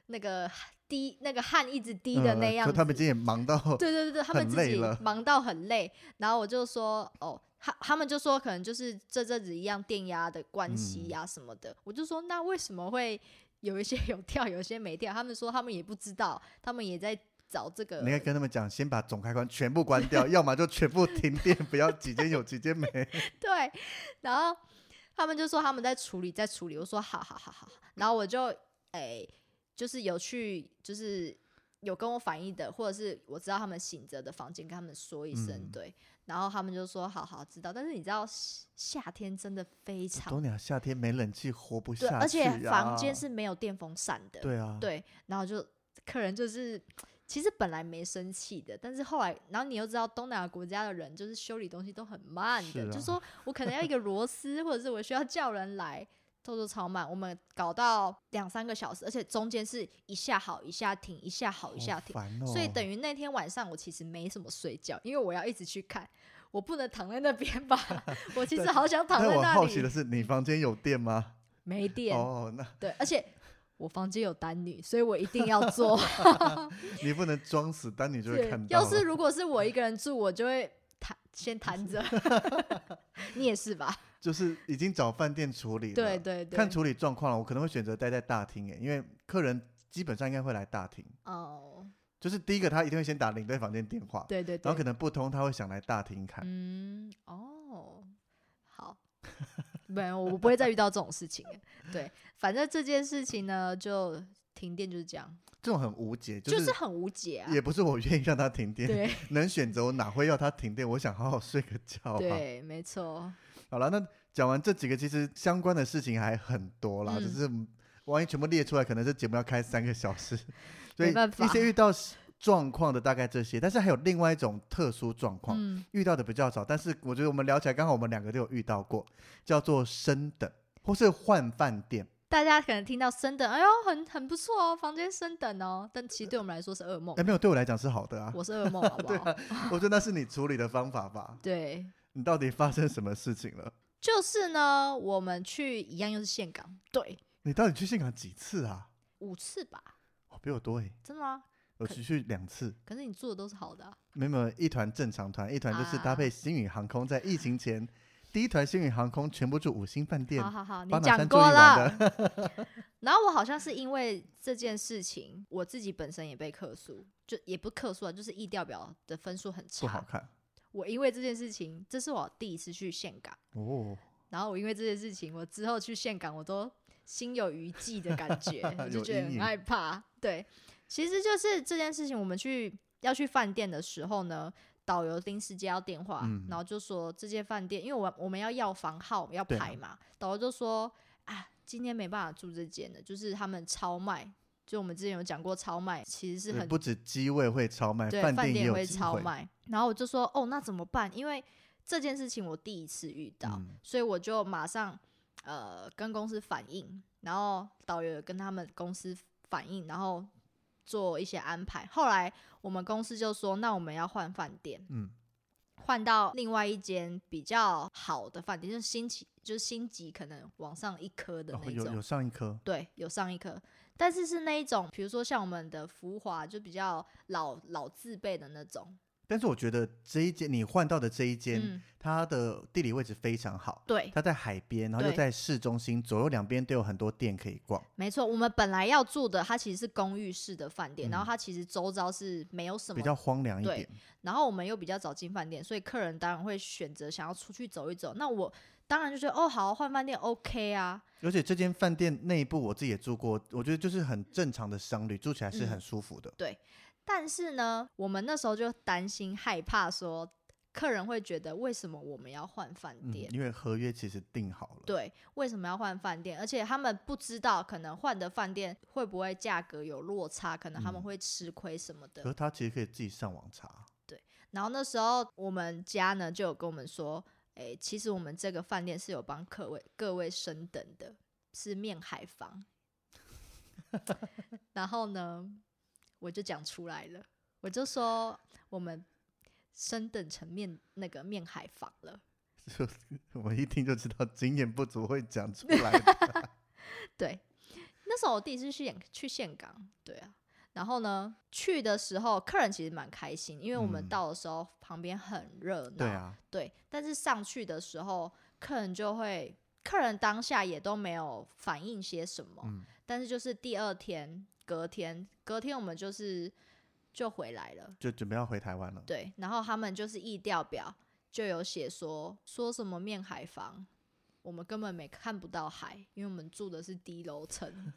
S1: 那个滴那个汗一直滴的
S2: 嗯
S1: 那样
S2: 就
S1: 子。
S2: 他们今天也忙到，
S1: 对对对对，他们
S2: 很
S1: 自
S2: 累
S1: 己
S2: 了
S1: 忙到很累，然后我就说哦，他他们就说可能就是这阵子一样电压的关系
S2: 嗯
S1: 呀、什么的，我就说那为什么会有一些 有跳，有一些没跳？他们说他们也不知道，他们也在找这个
S2: 你应该跟他们讲，先把总开关全部关 掉，要么就全部停电，不要几间有几间没。
S1: 对，然后他们就说他们在处理，在处理。我说好好好好，然后我就诶、就是有去，就是有跟我反映的，或者是我知道他们醒着的房间，跟他们说一声，
S2: 嗯
S1: 对。然后他们就说好好知道，但是你知道夏夏天真的非常
S2: 东南亚夏哦天没冷气活不
S1: 对，
S2: 下去、啊、
S1: 而且房间是没有电风扇的，
S2: 对啊，
S1: 对，然后就客人就是。其实本来没生气的，但是后来，然后你又知道东南亚国家的人就是修理东西都很慢的，
S2: 是啊
S1: 就 说我可能要一个螺丝，或者是我需要叫人来，动作超慢。我们搞到两三个小时，而且中间是一下好一下停，一下好一下
S2: 好
S1: 停，
S2: 烦哦。
S1: 所以等于那天晚上我其实没什么睡觉，因为我要一直去看。我不能躺在那边 吧？我其实好想躺
S2: 但
S1: 在
S2: 我
S1: 那
S2: 好奇的
S1: 里，
S2: 是，你房间有电吗？
S1: 没电。
S2: 哦，那
S1: 对，而且我房间有单女，所以我一定要 做。
S2: 你不能装死，当你就会
S1: 对
S2: 看到
S1: 要
S2: 了。
S1: 是如果是我一个人住，我就会弹先弹着。你也 是吧？
S2: 就是已经找饭店处理了，
S1: 对对对，
S2: 啊看处理状况了，我可能会选择待在大厅，欸诶，因为客人基本上应该会来大厅。
S1: 哦，
S2: 就是第一个，他一定会先打领队房间电话，
S1: 对对对，
S2: 然后可能不通，他会想来大厅看。
S1: 嗯，哦，好，没有，我不会再遇到这种事情了。对，反正这件事情呢，就停电就是这样，
S2: 这种很无解，
S1: 就是是很无解啊。
S2: 也不是我愿意让他停电，
S1: 对
S2: 能选择我哪会要他停电？我想好好睡个觉啊。
S1: 对，没错，
S2: 好了，那讲完这几个，其实相关的事情还很多啦，
S1: 嗯
S2: 只是万一全部列出来，可能这节目要开三个小时。所以
S1: 没办法
S2: 一些遇到状况的大概这些，但是还有另外一种特殊状况，
S1: 嗯，
S2: 遇到的比较少，但是我觉得我们聊起来，刚好我们两个都有遇到过，叫做升等或是换饭店。
S1: 大家可能听到升等，哎呦，很很不错哦，房间升等哦，但其实对我们来说是噩梦
S2: 哎，，没有，对我来讲是好的啊。
S1: 哦我是噩梦，好不
S2: 对
S1: 好？
S2: 啊，我觉得那是你处理的方法吧。
S1: 对，
S2: 你到底发生什么事情了？
S1: 就是呢，我们去一样又是岘港，对，
S2: 你到底去香港几次啊？
S1: 五次吧，
S2: 哦，比我多哎，
S1: 真的吗？
S2: 我
S1: 可
S2: 只去两次。
S1: 可是你做的都是好的啊、
S2: 没有没有，一团正常团，一团就是搭
S1: 啊
S2: 配星宇航空，在疫情前，第一团星宇航空全部住五星饭店
S1: 好，好好，啊你
S2: 巴拿
S1: 讲
S2: 山住一
S1: 过了
S2: 晚。的。
S1: 然后我好像是因为这件事情，我自己本身也被客诉，就也不客诉啊，就是意调表的分数很
S2: 不好
S1: 差。
S2: 看
S1: 我因为这件事情，这是我第一次去岘港，
S2: 哦。，
S1: 然后我因为这件事情，我之后去岘港我都心有余悸的感觉 我就
S2: 有
S1: 觉得
S2: 阴
S1: 很
S2: 影
S1: 害怕。对，其实就是这件事情，我们去要去饭店的时候呢。导游临时接到电话，
S2: 嗯
S1: 然后就说这间饭店，因为我我们要要房号要
S2: 对啊
S1: 排嘛，导游就说啊，今天没办法住这间的，就是他们超卖，就我们之前有讲过超卖，其实是
S2: 对
S1: 很
S2: 不止机位会超卖，
S1: 对，
S2: 店也
S1: 店
S2: 有
S1: 会
S2: 机
S1: 超
S2: 会。
S1: 卖。然后我就说，哦，那怎么办？因为这件事情我第一次遇到，
S2: 嗯
S1: 所以我就马上呃跟公司反映，然后导游有跟他们公司反映，然后做一些安排。后来我们公司就说，那我们要换饭店，
S2: 嗯，
S1: 换到另外一间比较好的饭店，就是星级，就是星级可能往上一颗的
S2: 哦，
S1: 那
S2: 有
S1: 种。
S2: 有上一颗，
S1: 对，有上一课，但是是那一种，比如说像我们的福华，就比较老老字辈的那种。
S2: 但是我觉得这一间你换到的这一间，
S1: 嗯，
S2: 它的地理位置非常好，
S1: 对，
S2: 它在海边，然后又
S1: 对
S2: 在市中心，左右两边都有很多店可以逛。
S1: 没错。我们本来要住的，它其实是公寓式的饭店，然
S2: 嗯
S1: 后它其实周遭是没有什
S2: 比
S1: 么，
S2: 较荒凉一
S1: 对
S2: 点，
S1: 然后我们又比较早进饭店，所以客人当然会选择想要出去走一走。那我当然就觉得哦，好换饭店 OK 啊，
S2: 而且这间饭店内部我自己也住过，我觉得就是很正常的商旅，住起来是很
S1: 嗯
S2: 舒服的。
S1: 但是呢，我们那时候就担心害怕说，客人会觉得为什么我们要换饭
S2: 嗯，
S1: 店？
S2: 因为合约其实定好了。
S1: 对，为什么要换饭店？而且他们不知道，可能换的饭店会不会价格有落差，可能他们
S2: 嗯
S1: 会吃亏什么的。
S2: 可是他其实可以自己上网查，
S1: 然后那时候我们家呢就有跟我们说，诶，其实我们这个饭店是有帮各位各位升等的，是面海房。然后呢，我就讲出来了，我就说我们升等成面那个面海房了。
S2: 我一听就知道经验不足会讲出 来的。
S1: 对，那时候我第一次去岘去岘港，对啊。然后呢，去的时候客人其实蛮开心，因为我们
S2: 嗯
S1: 到的时候旁边很热闹，
S2: 对啊，
S1: 对但是上去的时候，客人就会，客人当下也都没有反应些什么，
S2: 嗯
S1: 但是就是第二天、隔天、隔天我们就是就回来了，
S2: 就准备要回台湾了。
S1: 对，然后他们就是意调表就有写说说什么面海房，我们根本没看不到海，因为我们住的是低楼层，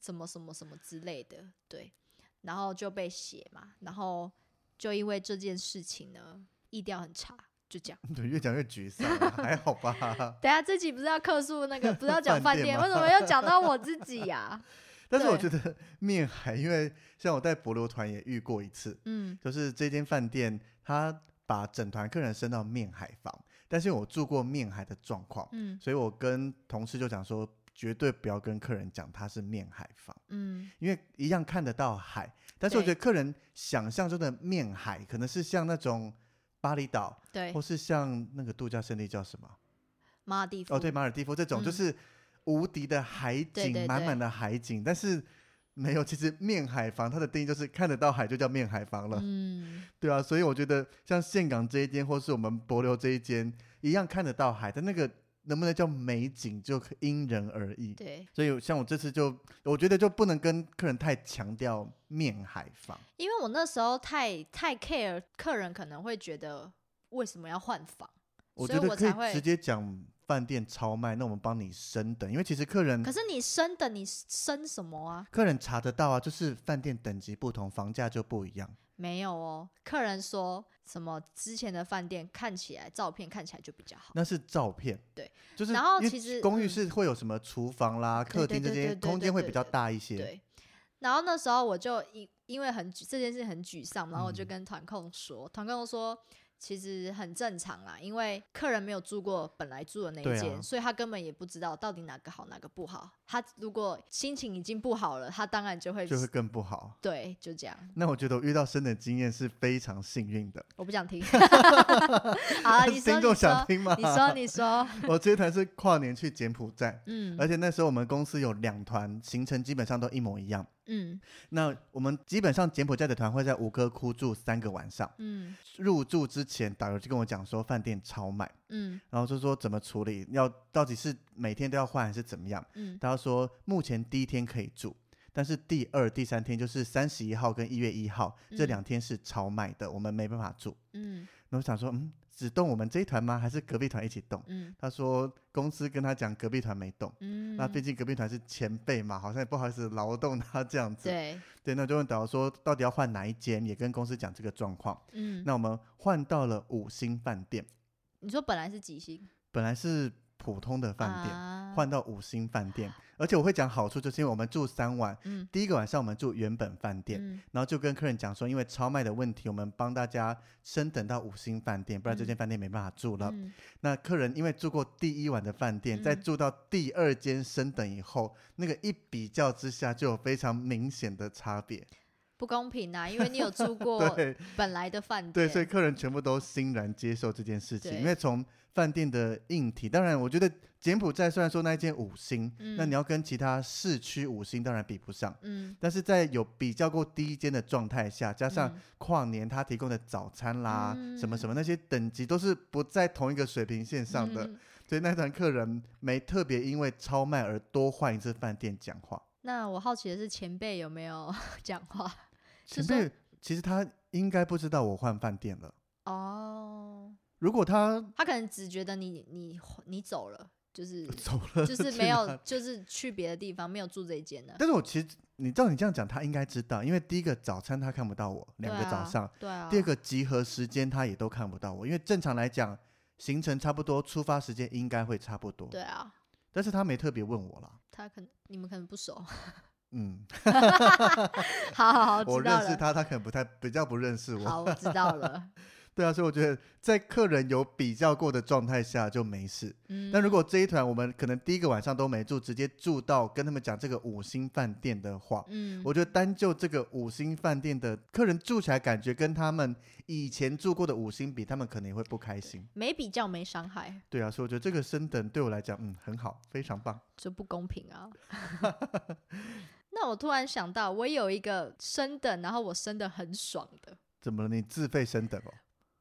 S1: 什么什么什么之类的，对，然后就被写嘛，然后就因为这件事情呢，意调很差，就这样。
S2: 对，越讲越沮丧啊、还好吧？
S1: 等一下这集不是要客诉那个，不是要讲
S2: 饭
S1: 饭
S2: 店
S1: 店，
S2: 吗
S1: 为什么要讲到我自己 呀、
S2: 但是我觉
S1: 对
S2: 得 面海，因为像我带博流团也遇过一次，
S1: 嗯，
S2: 就是这间饭店他把整团客人升到面海房，但是因为我住过面海的状况，
S1: 嗯
S2: 所以我跟同事就讲说，绝对不要跟客人讲它是面海房，
S1: 嗯，
S2: 因为一样看得到海，但是我觉
S1: 对
S2: 得客人想象中的面海可能是像那种巴厘岛，
S1: 对
S2: 或，是像那个度假胜地叫什么？
S1: 马尔地夫，
S2: 哦，对，马尔蒂夫这种就
S1: 嗯
S2: 是无敌的海景，
S1: 对对
S2: 满
S1: 对
S2: 满的海景，但是没有。其实面海房它的定义就是看得到海就叫面海房了，
S1: 嗯，
S2: 对啊。所以我觉得像岘港这一间，或是我们博流这一间，一样看得到海，但那个能不能叫美景，就可因人而异。
S1: 对，
S2: 所以像我这次就，我觉得就不能跟客人太强调面海房。
S1: 因为我那时候太太 care 客人可能会觉得为什么要换房，
S2: 我
S1: 所以
S2: 觉得
S1: 我
S2: 可
S1: 才
S2: 以直
S1: 会。
S2: 接讲饭店超卖，那我们帮你升等，因为其实客人
S1: 可是你升的你升什么啊？
S2: 客人查得到啊，就是饭店等级不同，房价就不一样。
S1: 没有哦，客人说什么之前的饭店看起来照片看起来就比较好，
S2: 那是照片，
S1: 对，
S2: 就是
S1: 然后
S2: 因为
S1: 其实
S2: 公寓
S1: 嗯
S2: 是会有什么厨房啦、
S1: 对
S2: 客
S1: 对
S2: 厅这
S1: 对
S2: 些
S1: 对对
S2: 空
S1: 对
S2: 间会
S1: 对
S2: 比较
S1: 对
S2: 大一些。
S1: 对。然后那时候我就因因为很沮这件事很沮丧，然后我就
S2: 嗯
S1: 跟团控说，团控说其实很正常啦，因为客人没有住过本来住的那
S2: 对
S1: 一
S2: 啊
S1: 间，所以他根本也不知道到底哪个好哪个不好。他如果心情已经不好了，他当然就会
S2: 就会更不好。
S1: 对，就这样。
S2: 那我觉得我遇到升等经验是非常幸运的。
S1: 我不想 听。 好啊，你说，
S2: 听
S1: 你
S2: 众
S1: 说，
S2: 想听吗？
S1: 你说，你说，
S2: 我这一团是跨年去柬埔寨，
S1: 嗯
S2: 而且那时候我们公司有两团，行程基本上都一模一样。
S1: 嗯
S2: 那我们基本上柬埔寨的团会在吴哥窟住三个晚上，
S1: 嗯
S2: 入住之前导游就跟我讲说饭店超满，
S1: 嗯
S2: 然后就说怎么处理，要到底是每天都要换还是怎么样？
S1: 嗯，
S2: 他说目前第一天可以住，但是第二、第三天就是三十一号跟一月一号这
S1: 嗯
S2: 两天是超卖的，我们没办法住。
S1: 嗯
S2: 那我想说，嗯，只动我们这一团吗？还是隔壁团一起动？
S1: 嗯
S2: 他说公司跟他讲隔壁团没动，
S1: 嗯，
S2: 那毕竟隔壁团是前辈嘛，好像也不好意思劳动他这样子。
S1: 嗯对，
S2: 对那我就问导游说到底要换哪一间，也跟公司讲这个状况。
S1: 嗯，
S2: 那我们换到了五星饭店，
S1: 你说本来是几星
S2: 本来是普通的饭店，
S1: 啊
S2: 换到五星饭店。而且我会讲好处，就是因为我们住三晚，
S1: 嗯
S2: 第一个晚上我们住原本饭店，
S1: 嗯
S2: 然后就跟客人讲说，因为超卖的问题，我们帮大家升等到五星饭店，不然这
S1: 嗯
S2: 间饭店没办法住了。
S1: 嗯
S2: 那客人因为住过第一晚的饭店，再
S1: 嗯
S2: 住到第二间升等以后，那个一比较之下就有非常明显的差别。
S1: 不公平啊，因为你有 住过
S2: 对
S1: 本来的饭店，
S2: 对，所以客人全部都欣然接受这件事情，因
S1: 对
S2: 为从饭店的硬体，当然我觉得柬埔寨虽然说那一间五星，那
S1: 嗯
S2: 你要跟其他市区五星当然比不上。
S1: 嗯，
S2: 但是在有比较过第一间的状态下，加上
S1: 嗯
S2: 跨年他提供的早餐啦、什么什么那些等级都是不在同一个水平线上的，
S1: 嗯
S2: 所以那团客人没特别因为超卖而多换一次饭店讲话。
S1: 那我好奇的是前辈有没有 讲话
S2: 前
S1: 是
S2: 辈其实他应该不知道我换饭店了，
S1: 哦？
S2: 如果他
S1: 他可能只觉得你你你走了，就是
S2: 走了，
S1: 就是
S2: 去哪
S1: 没有，就是去别的地方，没有住这一间的。
S2: 但是我其实你照你这样讲，他应该知道，因为第一个早餐他看不到我，两个
S1: 对
S2: 早
S1: 啊
S2: 上，
S1: 对啊，
S2: 第二个集合时间他也都看不到我，因为正常来讲行程差不多，出发时间应该会差不多。
S1: 对啊，
S2: 但是他没特别问我啦。
S1: 他可能你们可能不熟。
S2: 嗯，
S1: 好好好，
S2: 我
S1: 哦知道
S2: 认识
S1: 了。
S2: 他，他可能不太比较不认识我。
S1: 好，我知道了。
S2: 对啊，所以我觉得在客人有比较过的状态下就没事。
S1: 嗯，
S2: 但如果这一团我们可能第一个晚上都没住，直接住到跟他们讲这个五星饭店的话，
S1: 嗯，
S2: 我觉得单就这个五星饭店的客人住起来，感觉跟他们以前住过的五星比，他们可能也会不开心。
S1: 没比较没伤害，
S2: 对啊，所以我觉得这个升等对我来讲，嗯，很好，非常棒。
S1: 就不公平啊。 那我突然想到，我有一个升等，然后我升的很爽的。
S2: 怎么了？你自费升等哦？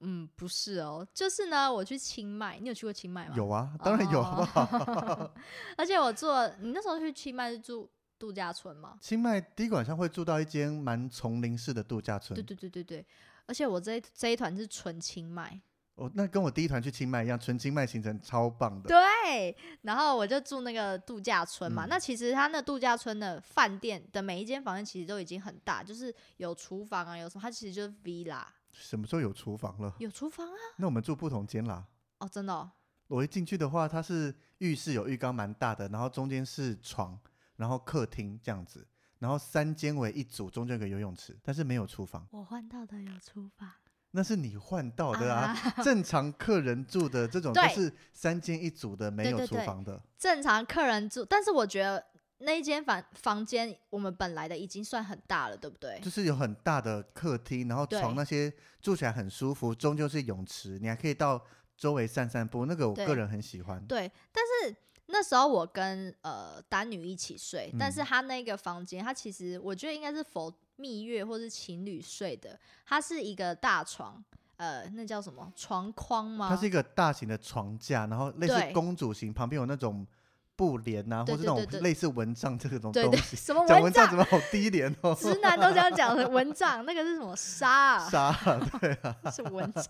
S1: 嗯，不是哦，就是呢，我去清迈，你有去过清迈吗？
S2: 有啊，当然有，好
S1: 哦
S2: 啊不好？
S1: 好？ 而且我做，你那时候去清迈是住度假村吗？
S2: 清迈第一个晚上会住到一间蛮丛林式的度假村
S1: 对，对对对对，而且我这一这一团是纯清迈，
S2: 哦，那跟我第一团去清迈一样，纯清迈行程超棒的。
S1: 对，然后我就住那个度假村嘛。
S2: 嗯
S1: 那其实它那度假村的饭店的每一间房间其实都已经很大，就是有厨房啊，有什么，它其实就是 villa，
S2: 什么时候有厨房了？
S1: 有厨房啊。
S2: 那我们住不同间啦。
S1: 哦，真的、哦，
S2: 我一进去的话，它是浴室有浴缸蛮大的，然后中间是床，然后客厅这样子，然后三间为一组，中间有个游泳池，但是没有厨房，
S1: 我换到的有厨房。
S2: 那是你换到的啊。 正常客人住的这种都
S1: 对
S2: 是三间一组的，没有
S1: 对
S2: 厨
S1: 对
S2: 房的。
S1: 正常客人住，但是我觉得那一间房房间，我们本来的已经算很大了，对不对？
S2: 就是有很大的客厅，然后
S1: 对
S2: 床那些住起来很舒服，终究是泳池，你还可以到周围散散步，那个我
S1: 对
S2: 个人很喜欢。
S1: 对，但是那时候我跟呃单女一起睡，但是
S2: 嗯
S1: 她那个房间，她其实我觉得应该是否蜜月或是情侣睡的，它是一个大床，呃，那叫什么床框吗？
S2: 它是一个大型的床架，然后类似
S1: 啊对
S2: 公主型，旁边有那种布帘啊，
S1: 对
S2: 或是
S1: 对
S2: 那
S1: 对
S2: 种
S1: 对
S2: 类似蚊帐这种
S1: 对
S2: 东
S1: 对，
S2: 西。
S1: 什么
S2: 讲
S1: 蚊
S2: 蚊帐怎？
S1: 帐
S2: 么好低廉 哦？
S1: 直男都这样讲的，蚊帐那个是什么纱、啊？
S2: 杀了，啊
S1: 是蚊帐，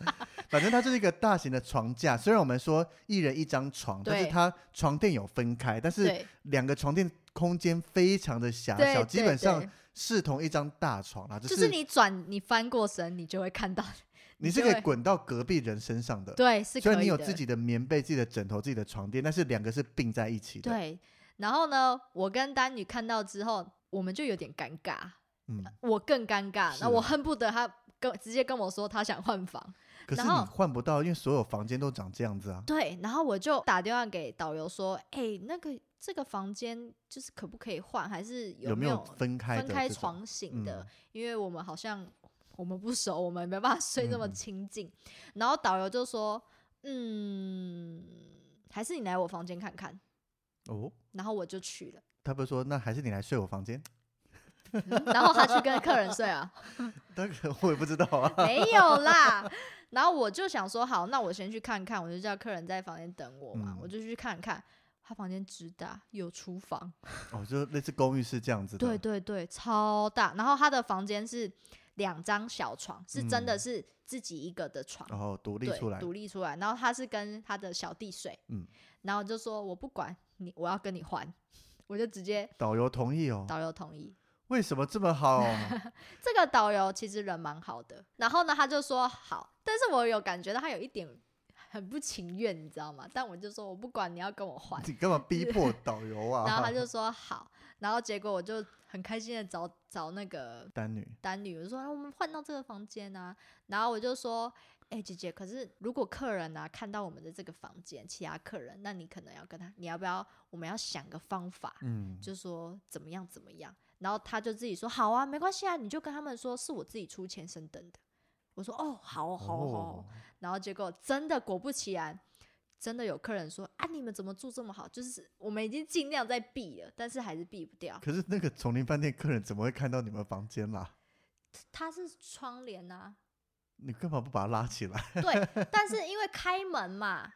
S2: 反正它就是一个大型的床架。虽然我们说一人一张床，但是
S1: 对
S2: 它床垫有分开，但 是
S1: 对
S2: 两个床垫空间非常的狭
S1: 对
S2: 啊小，
S1: 对，
S2: 基本上
S1: 对
S2: 视同一张大床啦。只
S1: 就是你转你翻过身，你就会看到，
S2: 你
S1: 你
S2: 是
S1: 就
S2: 可以
S1: 会
S2: 滚到隔壁人身上的。
S1: 对，是
S2: 虽
S1: 可
S2: 然
S1: 以
S2: 你有
S1: 的
S2: 自己的棉被、自己的枕头、自己的床垫，但是两个是并在一起的。，
S1: 对，然后呢，我跟丹女看到之后，我们就有点尴尬，
S2: 嗯。
S1: 我更尴尬，
S2: 是
S1: 那我恨不得他跟直接跟我说他想换房，
S2: 可是
S1: 然
S2: 你
S1: 后
S2: 换不到，因为所有房间都长这样子啊。
S1: 对，然后我就打电话给导游说，哎、那个这个房间就是可不可以换，还是
S2: 有没
S1: 没
S2: 有
S1: 有
S2: 分开的
S1: 分开
S2: 这种？
S1: 床型的
S2: 嗯？
S1: 因为我们好像我们不熟，我们没办法睡这么
S2: 嗯
S1: 亲近。然后导游就说，嗯，还是你来我房间看看。
S2: 哦，
S1: 然后我就去了，
S2: 他不是说那还是你来睡我房间？
S1: 嗯然后他去跟客人睡啊。
S2: 那个我也不知道 啊。
S1: 没有啦。然后我就想说，好，那我先去看看，我就叫客人在房间等我嘛，
S2: 嗯
S1: 我就去看看。他房间之大，有厨房，
S2: 哦，就类似公寓是这样子的。
S1: 对对对，超大。然后他的房间是两张小床，是真的
S2: 嗯
S1: 是自己一个的床，
S2: 然后哦独立
S1: 对，
S2: 出来。
S1: 独立出来。然后他是跟他的小弟睡，
S2: 嗯
S1: 然后就说我不管你，我要跟你换，我就直接
S2: 导游同意哦。
S1: 导游同意。
S2: 为什么这么 好？
S1: 这个导游其实人蛮好的，然后呢，他就说好，但是我有感觉到他有一点很不情愿，你知道吗？但我就说我不管，你要跟 我换。
S2: 你干嘛逼迫导游啊？
S1: 然后他就说好，然后结果我就很开心的找找那个
S2: 单女，
S1: 单女，我就说、啊我们换到这个房间啊，然后我就说。哎、姐姐，可是如果客人啊看到我们的这个房间，其他客人，那你可能要跟他，你要不要？我们要想个方法，
S2: 嗯，
S1: 就说怎么样怎么样，然后他就自己说好啊，没关系啊，你就跟他们说是我自己出钱升等的。我说哦，好哦好哦好哦
S2: 哦，
S1: 然后结果真的果不其然，真的有客人说啊，你们怎么住这么好？就是我们已经尽量在避了，但是还是避不掉。
S2: 可是那个丛林饭店客人怎么会看到你们房间啦？
S1: 它是窗帘啊，
S2: 你干嘛不把它拉起来？
S1: 对，但是因为开门嘛，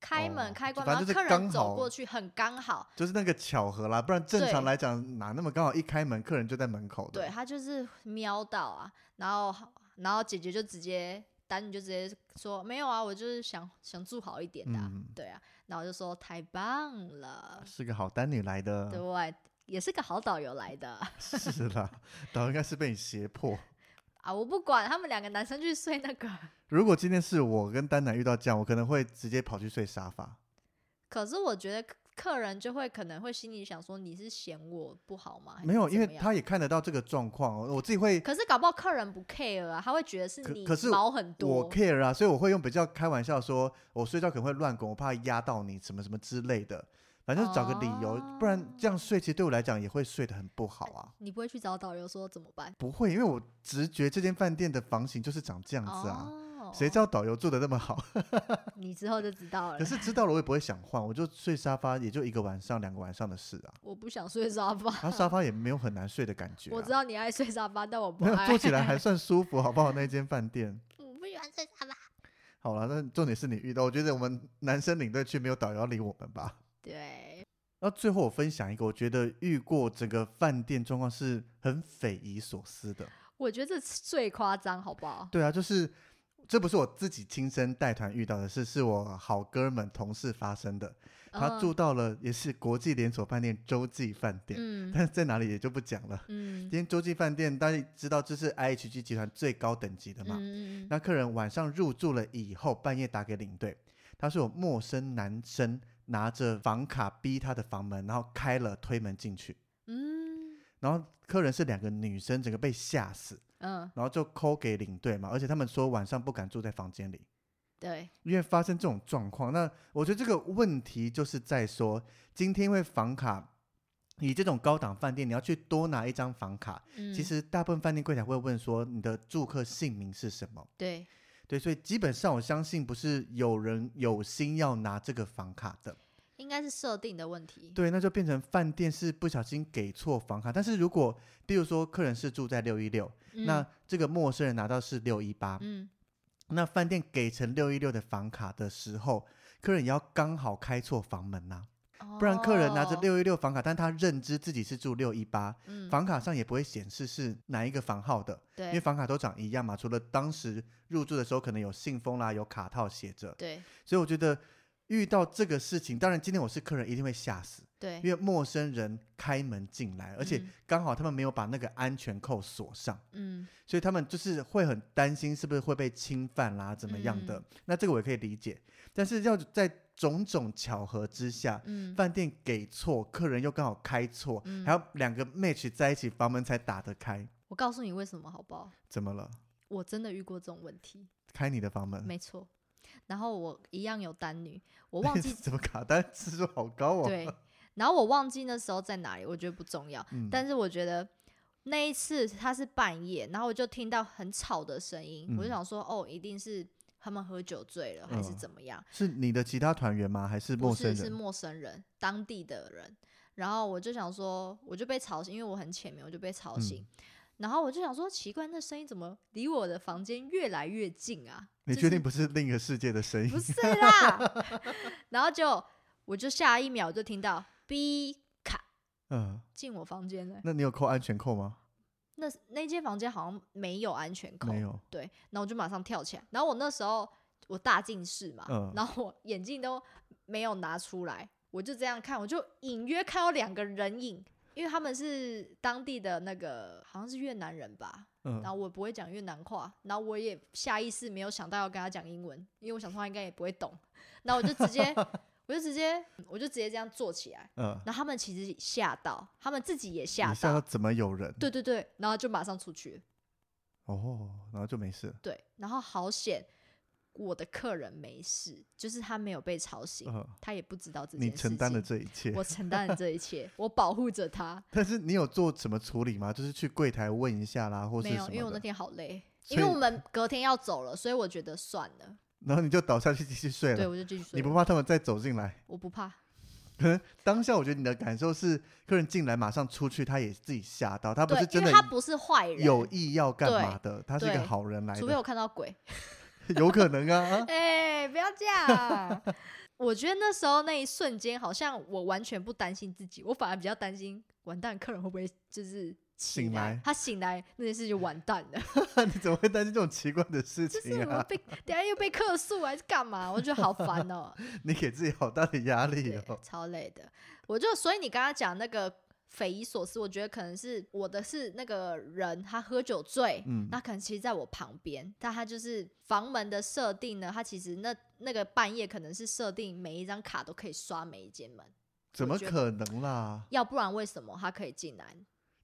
S1: 开门、
S2: 哦
S1: 开关，
S2: 反
S1: 然
S2: 正就
S1: 后
S2: 是
S1: 客
S2: 刚
S1: 人
S2: 好
S1: 走过去很刚好，
S2: 就是那个巧合啦，不然正常
S1: 对
S2: 来讲哪那么刚好一开门客人就在门口的。
S1: 对，他就是瞄到啊，然后然后姐姐就直接丹女就直接说没有啊，我就是想想住好一点的啊、
S2: 嗯
S1: 对啊，然后就说太棒了，
S2: 是个好单女来的，
S1: 对，也是个好导游来的
S2: 是啦，导游应该是被你胁迫。
S1: 啊，我不管他们两个男生去睡那个，
S2: 如果今天是我跟丹南遇到这样，我可能会直接跑去睡沙发。
S1: 啊可是我觉得客客人就会可能会心里想说你是嫌我不好吗？还是
S2: 没有，
S1: 怎
S2: 因为
S1: 么样
S2: 他也看得到这个状况哦，我自己会
S1: 可是搞不好客人不 care 啊，他会觉得是
S2: 可
S1: 你
S2: 可是
S1: 毛很
S2: 我
S1: 多，
S2: care 啊，所以我会用比较开玩笑说，我睡觉可能会乱滚，我怕压到你什么什么之类的，反正找个理由，不
S1: 哦
S2: 然这样睡其实对我来讲也会睡得很不好啊。
S1: 你不会去找导游说怎么办？
S2: 不会，因为我直觉这间饭店的房型就是长这样子啊，
S1: 哦，
S2: 谁知道导游做的那么好？
S1: 你之后就知道 了
S2: 可。是知道了我也不会想换，我就睡沙发，也就一个晚上、两个晚上的事啊。
S1: 我不想睡 沙发。
S2: 然后沙发也没有很难睡的感觉、啊，
S1: 我知道你爱睡沙发，但我不
S2: 没有
S1: 爱。
S2: 坐起来还算舒服，好不好？那间饭店。
S1: 我不喜欢睡沙发。
S2: 好了，那重点是你遇到，我觉得我们男生领队去没有导游要理我们吧。
S1: 对，
S2: 那最后我分享一个，我觉得遇过整个饭店状况是很匪夷所思的。
S1: 我觉得这是最夸张，好不好？
S2: 对啊，就是这不是我自己亲身带团遇到的事，是我好哥们同事发生的。他
S1: 嗯
S2: 住到了也是国际连锁饭店洲际饭店，
S1: 嗯
S2: 但是在哪里也就不讲了。
S1: 嗯
S2: 今天洲际饭店大家知道这是 IHG 集团最高等级的嘛，
S1: 嗯嗯
S2: 那客人晚上入住了以后，半夜打给领队，他说有陌生男生拿着房卡逼他的房门，然后开了推门进去，
S1: 嗯
S2: 然后客人是两个女生，整个被吓死，
S1: 嗯，
S2: 然后就扣给领队嘛，而且他们说晚上不敢住在房间里，
S1: 对，
S2: 因为发生这种状况。那我觉得这个问题就是在说，今天因为房卡以这种高档饭店，你要去多拿一张房卡，
S1: 嗯，
S2: 其实大部分饭店柜台会问说你的住客姓名是什么。
S1: 对，
S2: 对，所以基本上我相信不是有人有心要拿这个房卡的。
S1: 应该是设定的问题。
S2: 对，那就变成饭店是不小心给错房卡。但是如果比如说客人是住在六一六，
S1: 嗯，
S2: 那这个陌生人拿到是六一八，
S1: 嗯，
S2: 那饭店给成六一六的房卡的时候，客人也要刚好开错房门呐、不然客人拿着
S1: 哦，
S2: 六一六房卡，但他认知自己是住六一八，
S1: 嗯，
S2: 房卡上也不会显示是哪一个房号的，因为
S1: 对
S2: 房卡都长一样嘛，除了当时入住的时候可能有信封啦、有卡套写着，
S1: 对
S2: 所以我觉得遇到这个事情，当然今天我是客人一定会吓死，
S1: 对，
S2: 因为陌生人开门进来，而且
S1: 嗯
S2: 刚好他们没有把那个安全扣锁上，
S1: 嗯
S2: 所以他们就是会很担心是不是会被侵犯啦，怎么样的。
S1: 嗯
S2: 那这个我也可以理解，但是要在种种巧合之下，
S1: 嗯，
S2: 饭店给错，客人又刚好开错，还要两个 match 在一起，房门才打得开。
S1: 我告诉你为什么好不好？
S2: 怎么了？
S1: 我真的遇过这种问题，
S2: 开你的房门？
S1: 没错。然后我一样有单女，我忘记
S2: 怎么卡单次数好高哦。
S1: 对，然后我忘记那时候在哪里，我觉得不重要。
S2: 嗯，
S1: 但是我觉得那一次他是半夜，然后我就听到很吵的声音，我
S2: 嗯
S1: 就想说，哦，一定是他们喝酒醉了还是
S2: 嗯
S1: 怎么样？
S2: 是你的其他团员吗？还是
S1: 不
S2: 陌生
S1: 是，是
S2: 人？
S1: 陌生人，当地的人。然后我就想说，我就被吵醒，因为我很浅眠，我就被吵醒。
S2: 嗯
S1: 然后我就想说，奇怪，那声音怎么离我的房间越来越近啊？
S2: 你
S1: 就
S2: 确
S1: 是
S2: 定不是另一个世界的声音？
S1: 不是啦。 然后就我就下一秒就听到哔咔
S2: 嗯，
S1: 进我房间了。
S2: 那你有扣安全扣吗？
S1: 那那间房间好像没有安全扣
S2: 没，有。
S1: 对，然后我就马上跳起来。然后我那时候我大近视嘛，
S2: 嗯
S1: 然后我眼镜都没有拿出来，我就这样看，我就隐约看到两个人影，因为他们是当地的那个好像是越南人吧，
S2: 嗯
S1: 然，后我不会讲越南话，然后我也下意识没有想到要跟他讲英文，因为我想说他应该也不会懂，然后我就直接，我就直接，我就直接这样坐起来。
S2: 嗯，
S1: 然后他们其实吓到，他们自己也吓
S2: 你吓
S1: 到
S2: 到，怎么有人？
S1: 对对对，然后就马上出去了，
S2: 哦，然后就没事了。
S1: 对，然后好险，我的客人没事，就是他没有被吵醒，
S2: 嗯，
S1: 他也不知道这件
S2: 你
S1: 事情。
S2: 承担了这一切，
S1: 我承担了这一切，我保护着他。
S2: 但是你有做什么处理吗？就是去柜台问一下啦，或是
S1: 没有，
S2: 什
S1: 因为我
S2: 么
S1: 那
S2: 的。
S1: 天好累，
S2: 所
S1: 因为
S2: 以
S1: 我们隔天要走了，所以我觉得算了，
S2: 然后你就倒下去继续睡
S1: 对
S2: 了。
S1: 我就继续睡
S2: 你
S1: 了。
S2: 不怕他们再走进来？
S1: 我不怕，
S2: 可能当下我觉得你的感受是，客人进来马上出去，他也自己吓到，他不
S1: 对
S2: 是，
S1: 因
S2: 真
S1: 为
S2: 的
S1: 他不是坏人，
S2: 有意要干
S1: 对
S2: 嘛的，他是一个
S1: 对
S2: 好人来
S1: 除非
S2: 的，
S1: 我看 到鬼。
S2: 有可能啊。啊
S1: 哎、不要这 样。我觉得那时候那一瞬间，好像我完全不担心自己，我反而比较担心，完蛋，客人会不会就是起
S2: 醒
S1: 来
S2: 来
S1: 他醒来那件事就完蛋了，
S2: 啊你怎么会担心这种奇怪的事
S1: 就是
S2: 情
S1: 我
S2: 啊？
S1: 被等下又被客诉还是干嘛？我觉得好烦 哦、
S2: 你给自己好大的压力
S1: 对
S2: 哦，。
S1: 超累的。我就所以你刚刚讲那个匪夷所思，我觉得可能是我的是那个人他喝酒醉，
S2: 嗯
S1: 那可能其实在我旁边，但他就是房门的设定呢，他其实那那个半夜可能是设定每一张卡都可以刷每一间门，
S2: 怎么
S1: 觉得
S2: 可能啦？
S1: 要不然为什么他可以进来？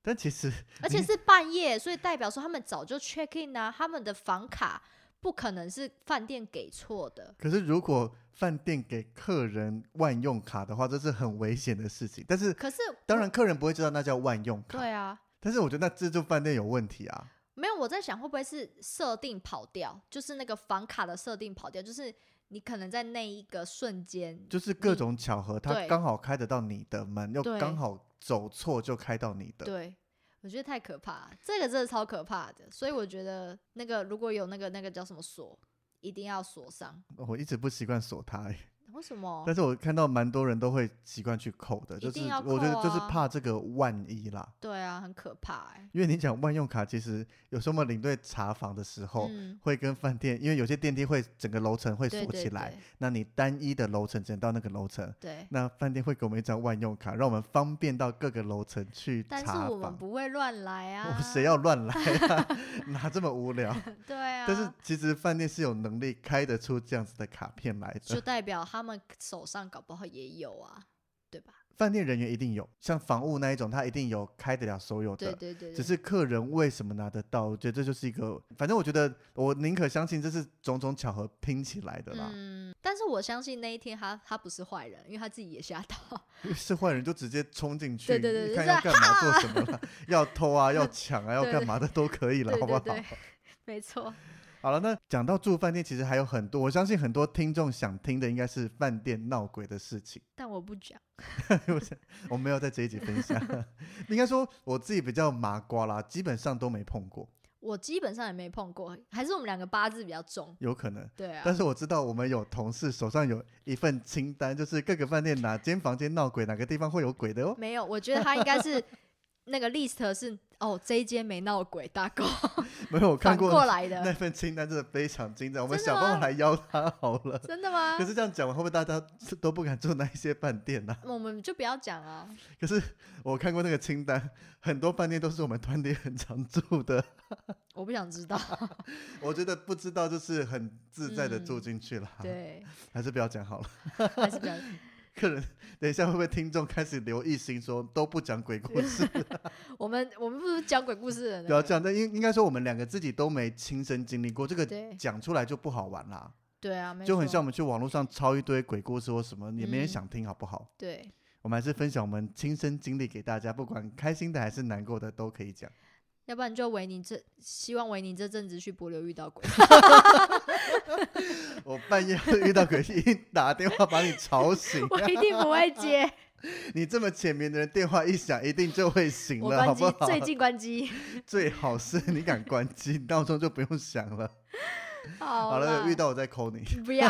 S2: 但其实
S1: 而且是半夜，所以代表说他们早就 check in 啊，他们的房卡不可能是饭店给错的。
S2: 可是如果饭店给客人万用卡的话，这是很危险的事情。但是
S1: 可是
S2: 当然，客人不会知道那叫万用卡。
S1: 对啊，
S2: 但是我觉得那自助饭店有问题啊。
S1: 没有，我在想会不会是设定跑掉，就是那个房卡的设定跑掉，就是你可能在那一个瞬间，
S2: 就是各种巧合，他
S1: 嗯对
S2: 刚好开得到你的门，又
S1: 对
S2: 刚好走错就开到你的。
S1: 对我觉得太可怕了，这个真的超可怕的，所以我觉得那个如果有那个那个叫什么锁，一定要锁上。
S2: 我一直不习惯锁它、欸，
S1: 为什么
S2: 但？是我看到蛮多人都会习惯去扣的，
S1: 哦一
S2: 就是
S1: 定要
S2: 我觉得就是
S1: 扣啊
S2: 怕这个万一啦。
S1: 对啊，很可怕哎、
S2: 因为你讲万用卡，其实有时候我们领队查房的时候，
S1: 嗯，
S2: 会跟饭店，因为有些电梯会整个楼层会哦锁
S1: 对对
S2: 起来，
S1: 对
S2: 那你单一的楼层只能到那个楼层，
S1: 对。
S2: 那饭店会给我们一张万用卡，让我们方便到各个楼层去
S1: 但是
S2: 查
S1: 我们
S2: 房。
S1: 不会乱来
S2: 我
S1: 啊！
S2: 谁要乱来、啊？哪这么无聊？
S1: 对啊，
S2: 但 是其实饭店是有能力开得出这样子的卡片来
S1: 就
S2: 的，
S1: 代表他们手上搞不好也有啊，对吧？
S2: 饭店人员一定有，像房务那一种，他一定有开得了所有
S1: 对
S2: 的。
S1: 对对对，
S2: 只是客人为什么拿得到？我觉得这就是一个，反正我觉得我宁可相信这是种种巧合拼起来的啦。
S1: 嗯，但是我相信那一天他他不是坏人，因为他自己也吓到。
S2: 是坏人就直接冲进去，
S1: 嗯对对对
S2: 看
S1: 就
S2: 要
S1: 是
S2: 干嘛做什么了，要偷啊，要抢啊，要
S1: 对
S2: 干嘛的都可以了，
S1: 对
S2: 好不好
S1: 对？对，没错。
S2: 好了，那讲到住饭店，其实还有很多，我相信很多听众想听的应该是饭店闹鬼的事情。
S1: 但我不讲，
S2: 我没有在这一集分享， 应该说我自己比较麻瓜啦，基本上都没碰过，
S1: 我基本上也没碰过，还是我们两个八字比较重。
S2: 有可能。
S1: 对啊，
S2: 但是我知道我们有同事手上有一份清单，就是各个饭店哪间房间闹鬼，哪个地方会有鬼的哦。
S1: 没有，我觉得他应 该是那个 list 是哦，这一间没闹鬼，大狗
S2: 没有我看
S1: 反过
S2: 过
S1: 来
S2: 那
S1: 的，
S2: 份清单，真的非常精彩。我们
S1: 真的
S2: 想
S1: 吗
S2: 办法来邀他好 了。
S1: 真的吗
S2: 可？是这样讲完，会不会大家都不敢住那一些饭店呢、
S1: 我们就不要讲啊，
S2: 可是我看过那个清单，很多饭店都是我们团体很常住的，
S1: 我不想知道。
S2: 啊我觉得不知道就是很自在的住
S1: 嗯
S2: 进去了。，
S1: 对，
S2: 还是不要讲好了。
S1: 还是不要。
S2: 客人，等一下会不会听众开始留一心说都不讲鬼故事？
S1: 啊我们我们不是讲鬼故事的，
S2: 不要这。样，但应应该说我们两个自己都没亲身经历过，这个
S1: 啊对
S2: 讲出来就不好玩啦，
S1: 对啊，没
S2: 就很
S1: 错
S2: 像我们去网络上抄一堆鬼故事或什么，也没人
S1: 嗯
S2: 想听，好不 好？
S1: 对。
S2: 我们还是分享我们亲身经历给大家，不管开心的还是难过的都可以讲。
S1: 要不然就维尼这希望维尼这阵子去柏流遇 到鬼，
S2: 我半夜会遇到鬼，一打电话把你吵醒，
S1: 我一定不会接，
S2: 你这么浅眠的人，电话一响一定就会醒
S1: 我
S2: 了，好
S1: 关
S2: 不
S1: 机
S2: 好？
S1: 最近 关机。
S2: 最好是你敢关机，闹钟就不用响了。
S1: 好
S2: 好了，遇
S1: 到
S2: 到我再扣你。
S1: 不要，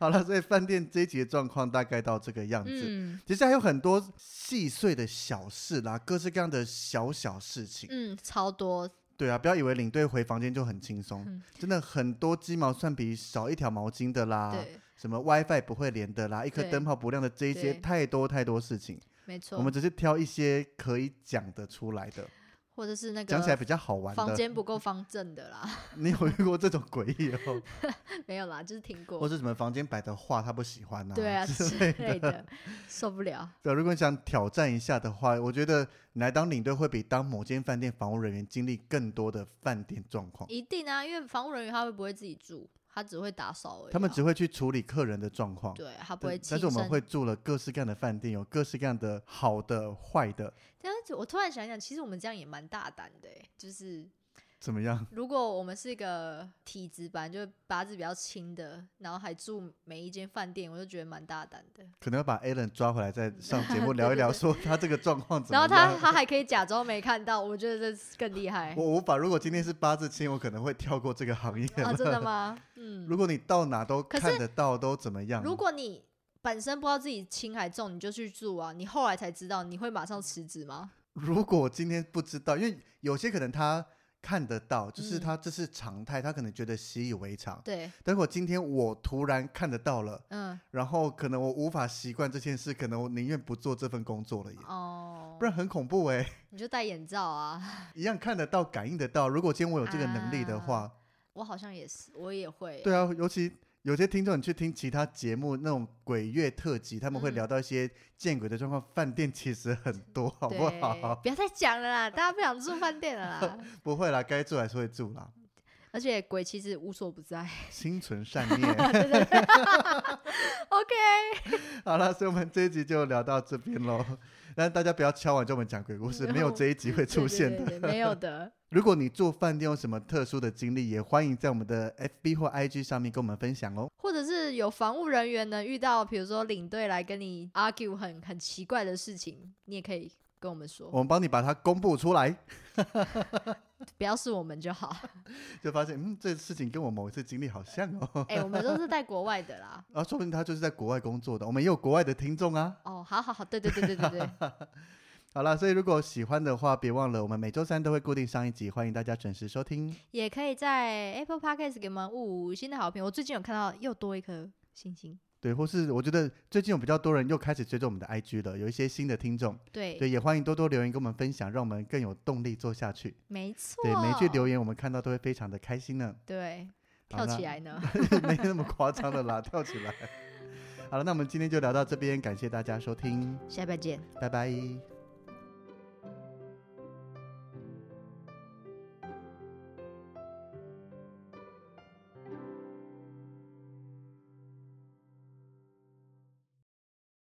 S2: 好了，所以饭店这一集的状况大概到这个样子。
S1: 嗯
S2: 其实还有很多细碎的小事啦，各式各样的小小事情。
S1: 嗯，超多，
S2: 对啊，不要以为领队回房间就很轻松，
S1: 嗯
S2: 真的很多鸡毛蒜皮少一条毛巾的啦，
S1: 对，
S2: 什么 WiFi 不会连的啦，一颗
S1: 对
S2: 灯泡不亮的，这一些
S1: 对
S2: 太多太多事情。
S1: 没错。
S2: 我们只是挑一些可以讲得出来的，
S1: 或者是那
S2: 讲起来
S1: 个
S2: 比较好玩
S1: 房
S2: 的。
S1: 间不够方正的啦，
S2: 你有遇过这种诡异哦，
S1: 没有啦，就是听
S2: 或
S1: 过，
S2: 是什么房间摆的画他不喜欢啊？
S1: 对啊
S2: 之
S1: 之
S2: 类的
S1: 类的，受不了。
S2: 对，啊如果你想挑战一下的话，我觉得你来当领队会比当某间饭店房务人员经历更多的饭店状况。
S1: 一定啊，因为房务人员他会不会自己住，他只会打扫而已啊、
S2: 他们只会去处理客人的状况，
S1: 对他不会
S2: 但
S1: 亲
S2: 但是我们
S1: 身
S2: 会住了各式各样的饭店，有各式各样的好的、坏的，
S1: 但是我突然想一想，其实我们这样也蛮大胆的欸、就是
S2: 怎么样？
S1: 如果我们是一个体质班，就是八字比较轻的，然后还住每一间饭店，我就觉得蛮大胆的。
S2: 可能要把 Alan 抓回来再上节目
S1: 对
S2: 聊一
S1: 对
S2: 聊，
S1: 对
S2: 说他这个状况怎么
S1: 然后
S2: 样。
S1: 他他还可以假装没看到，我觉得这是更厉害
S2: 我无法，如果今天是八字亲，我可能会跳过这个行业了。
S1: 啊！真的吗？嗯，
S2: 如果你到哪都
S1: 可是
S2: 看得到，都怎么样？
S1: 如果你本身不知道自己轻还重，你就去住啊，你后来才知道，你会马上辞职吗？
S2: 如果我今天不知道，因为有些可能他看得到，就是
S1: 嗯
S2: 他这是常态，他可能觉得习以为常。
S1: 对，
S2: 但如果今天我突然看得到了，
S1: 嗯，
S2: 然后可能我无法习惯这件事，可能我宁愿不做这份工作了耶，
S1: 哦
S2: 不，然很恐怖哎、
S1: 你就戴眼罩啊。
S2: 一样看得到，感应得到。如果今天我有这个能力的话，
S1: 我好像也是，我也会。
S2: 对啊，尤其。有些听众，你去听其他节目那种鬼月特辑，他们会
S1: 嗯
S2: 聊到一些见鬼的状况。饭店其实很多，好
S1: 对，
S2: 不好？
S1: 要再讲了啦，大家不想住饭店了 啦。
S2: 不会啦，该住还是会住啦，
S1: 而且鬼其实无所不在。
S2: 心存善 念。
S1: OK，
S2: 好了，所以我们这一集就聊到这边喽。 但大家不要敲完就我们讲鬼故 事，没有这一集会出现的。
S1: 对对对对没有的。
S2: 如果你住饭店有什么特殊的经历，也欢迎在我们的 FB 或 IG 上面跟我们分享哦。
S1: 或者是有防务人员呢，遇到比如说领队来跟你 argue 很很奇怪的事情，你也可以跟我们说，
S2: 我们帮你把它公布出来，
S1: 不要是我们就好。
S2: 就发现嗯，这事情跟我某一次经历好像哦。
S1: 哎、我们都是在国外的啦。
S2: 然后说不定他就是在国外工作的，我们也有国外的听众啊。
S1: 哦，好好好，对对对对对 对，
S2: 好啦，所以如果喜欢的话，别忘了我们每周三都会固定上一集，欢迎大家准时收听。
S1: 也可以在 Apple Podcast 给我们五星的好评。我最近有看到又多一颗星星，
S2: 对，或是我觉得最近有比较多人又开始追踪我们的 IG 了，有一些新的听众。对，也欢迎多多留言跟我们分享，让我们更有动力做下去。
S1: 没错，
S2: 对，每一句留言我们看到都会非常的开心呢，
S1: 对，
S2: 好
S1: 哦跳
S2: 啦
S1: 起来呢。
S2: 没那么夸张的啦，跳起来。好了，那我们今天就聊到这边，感谢大家收听，
S1: 下拜见。
S2: 拜拜。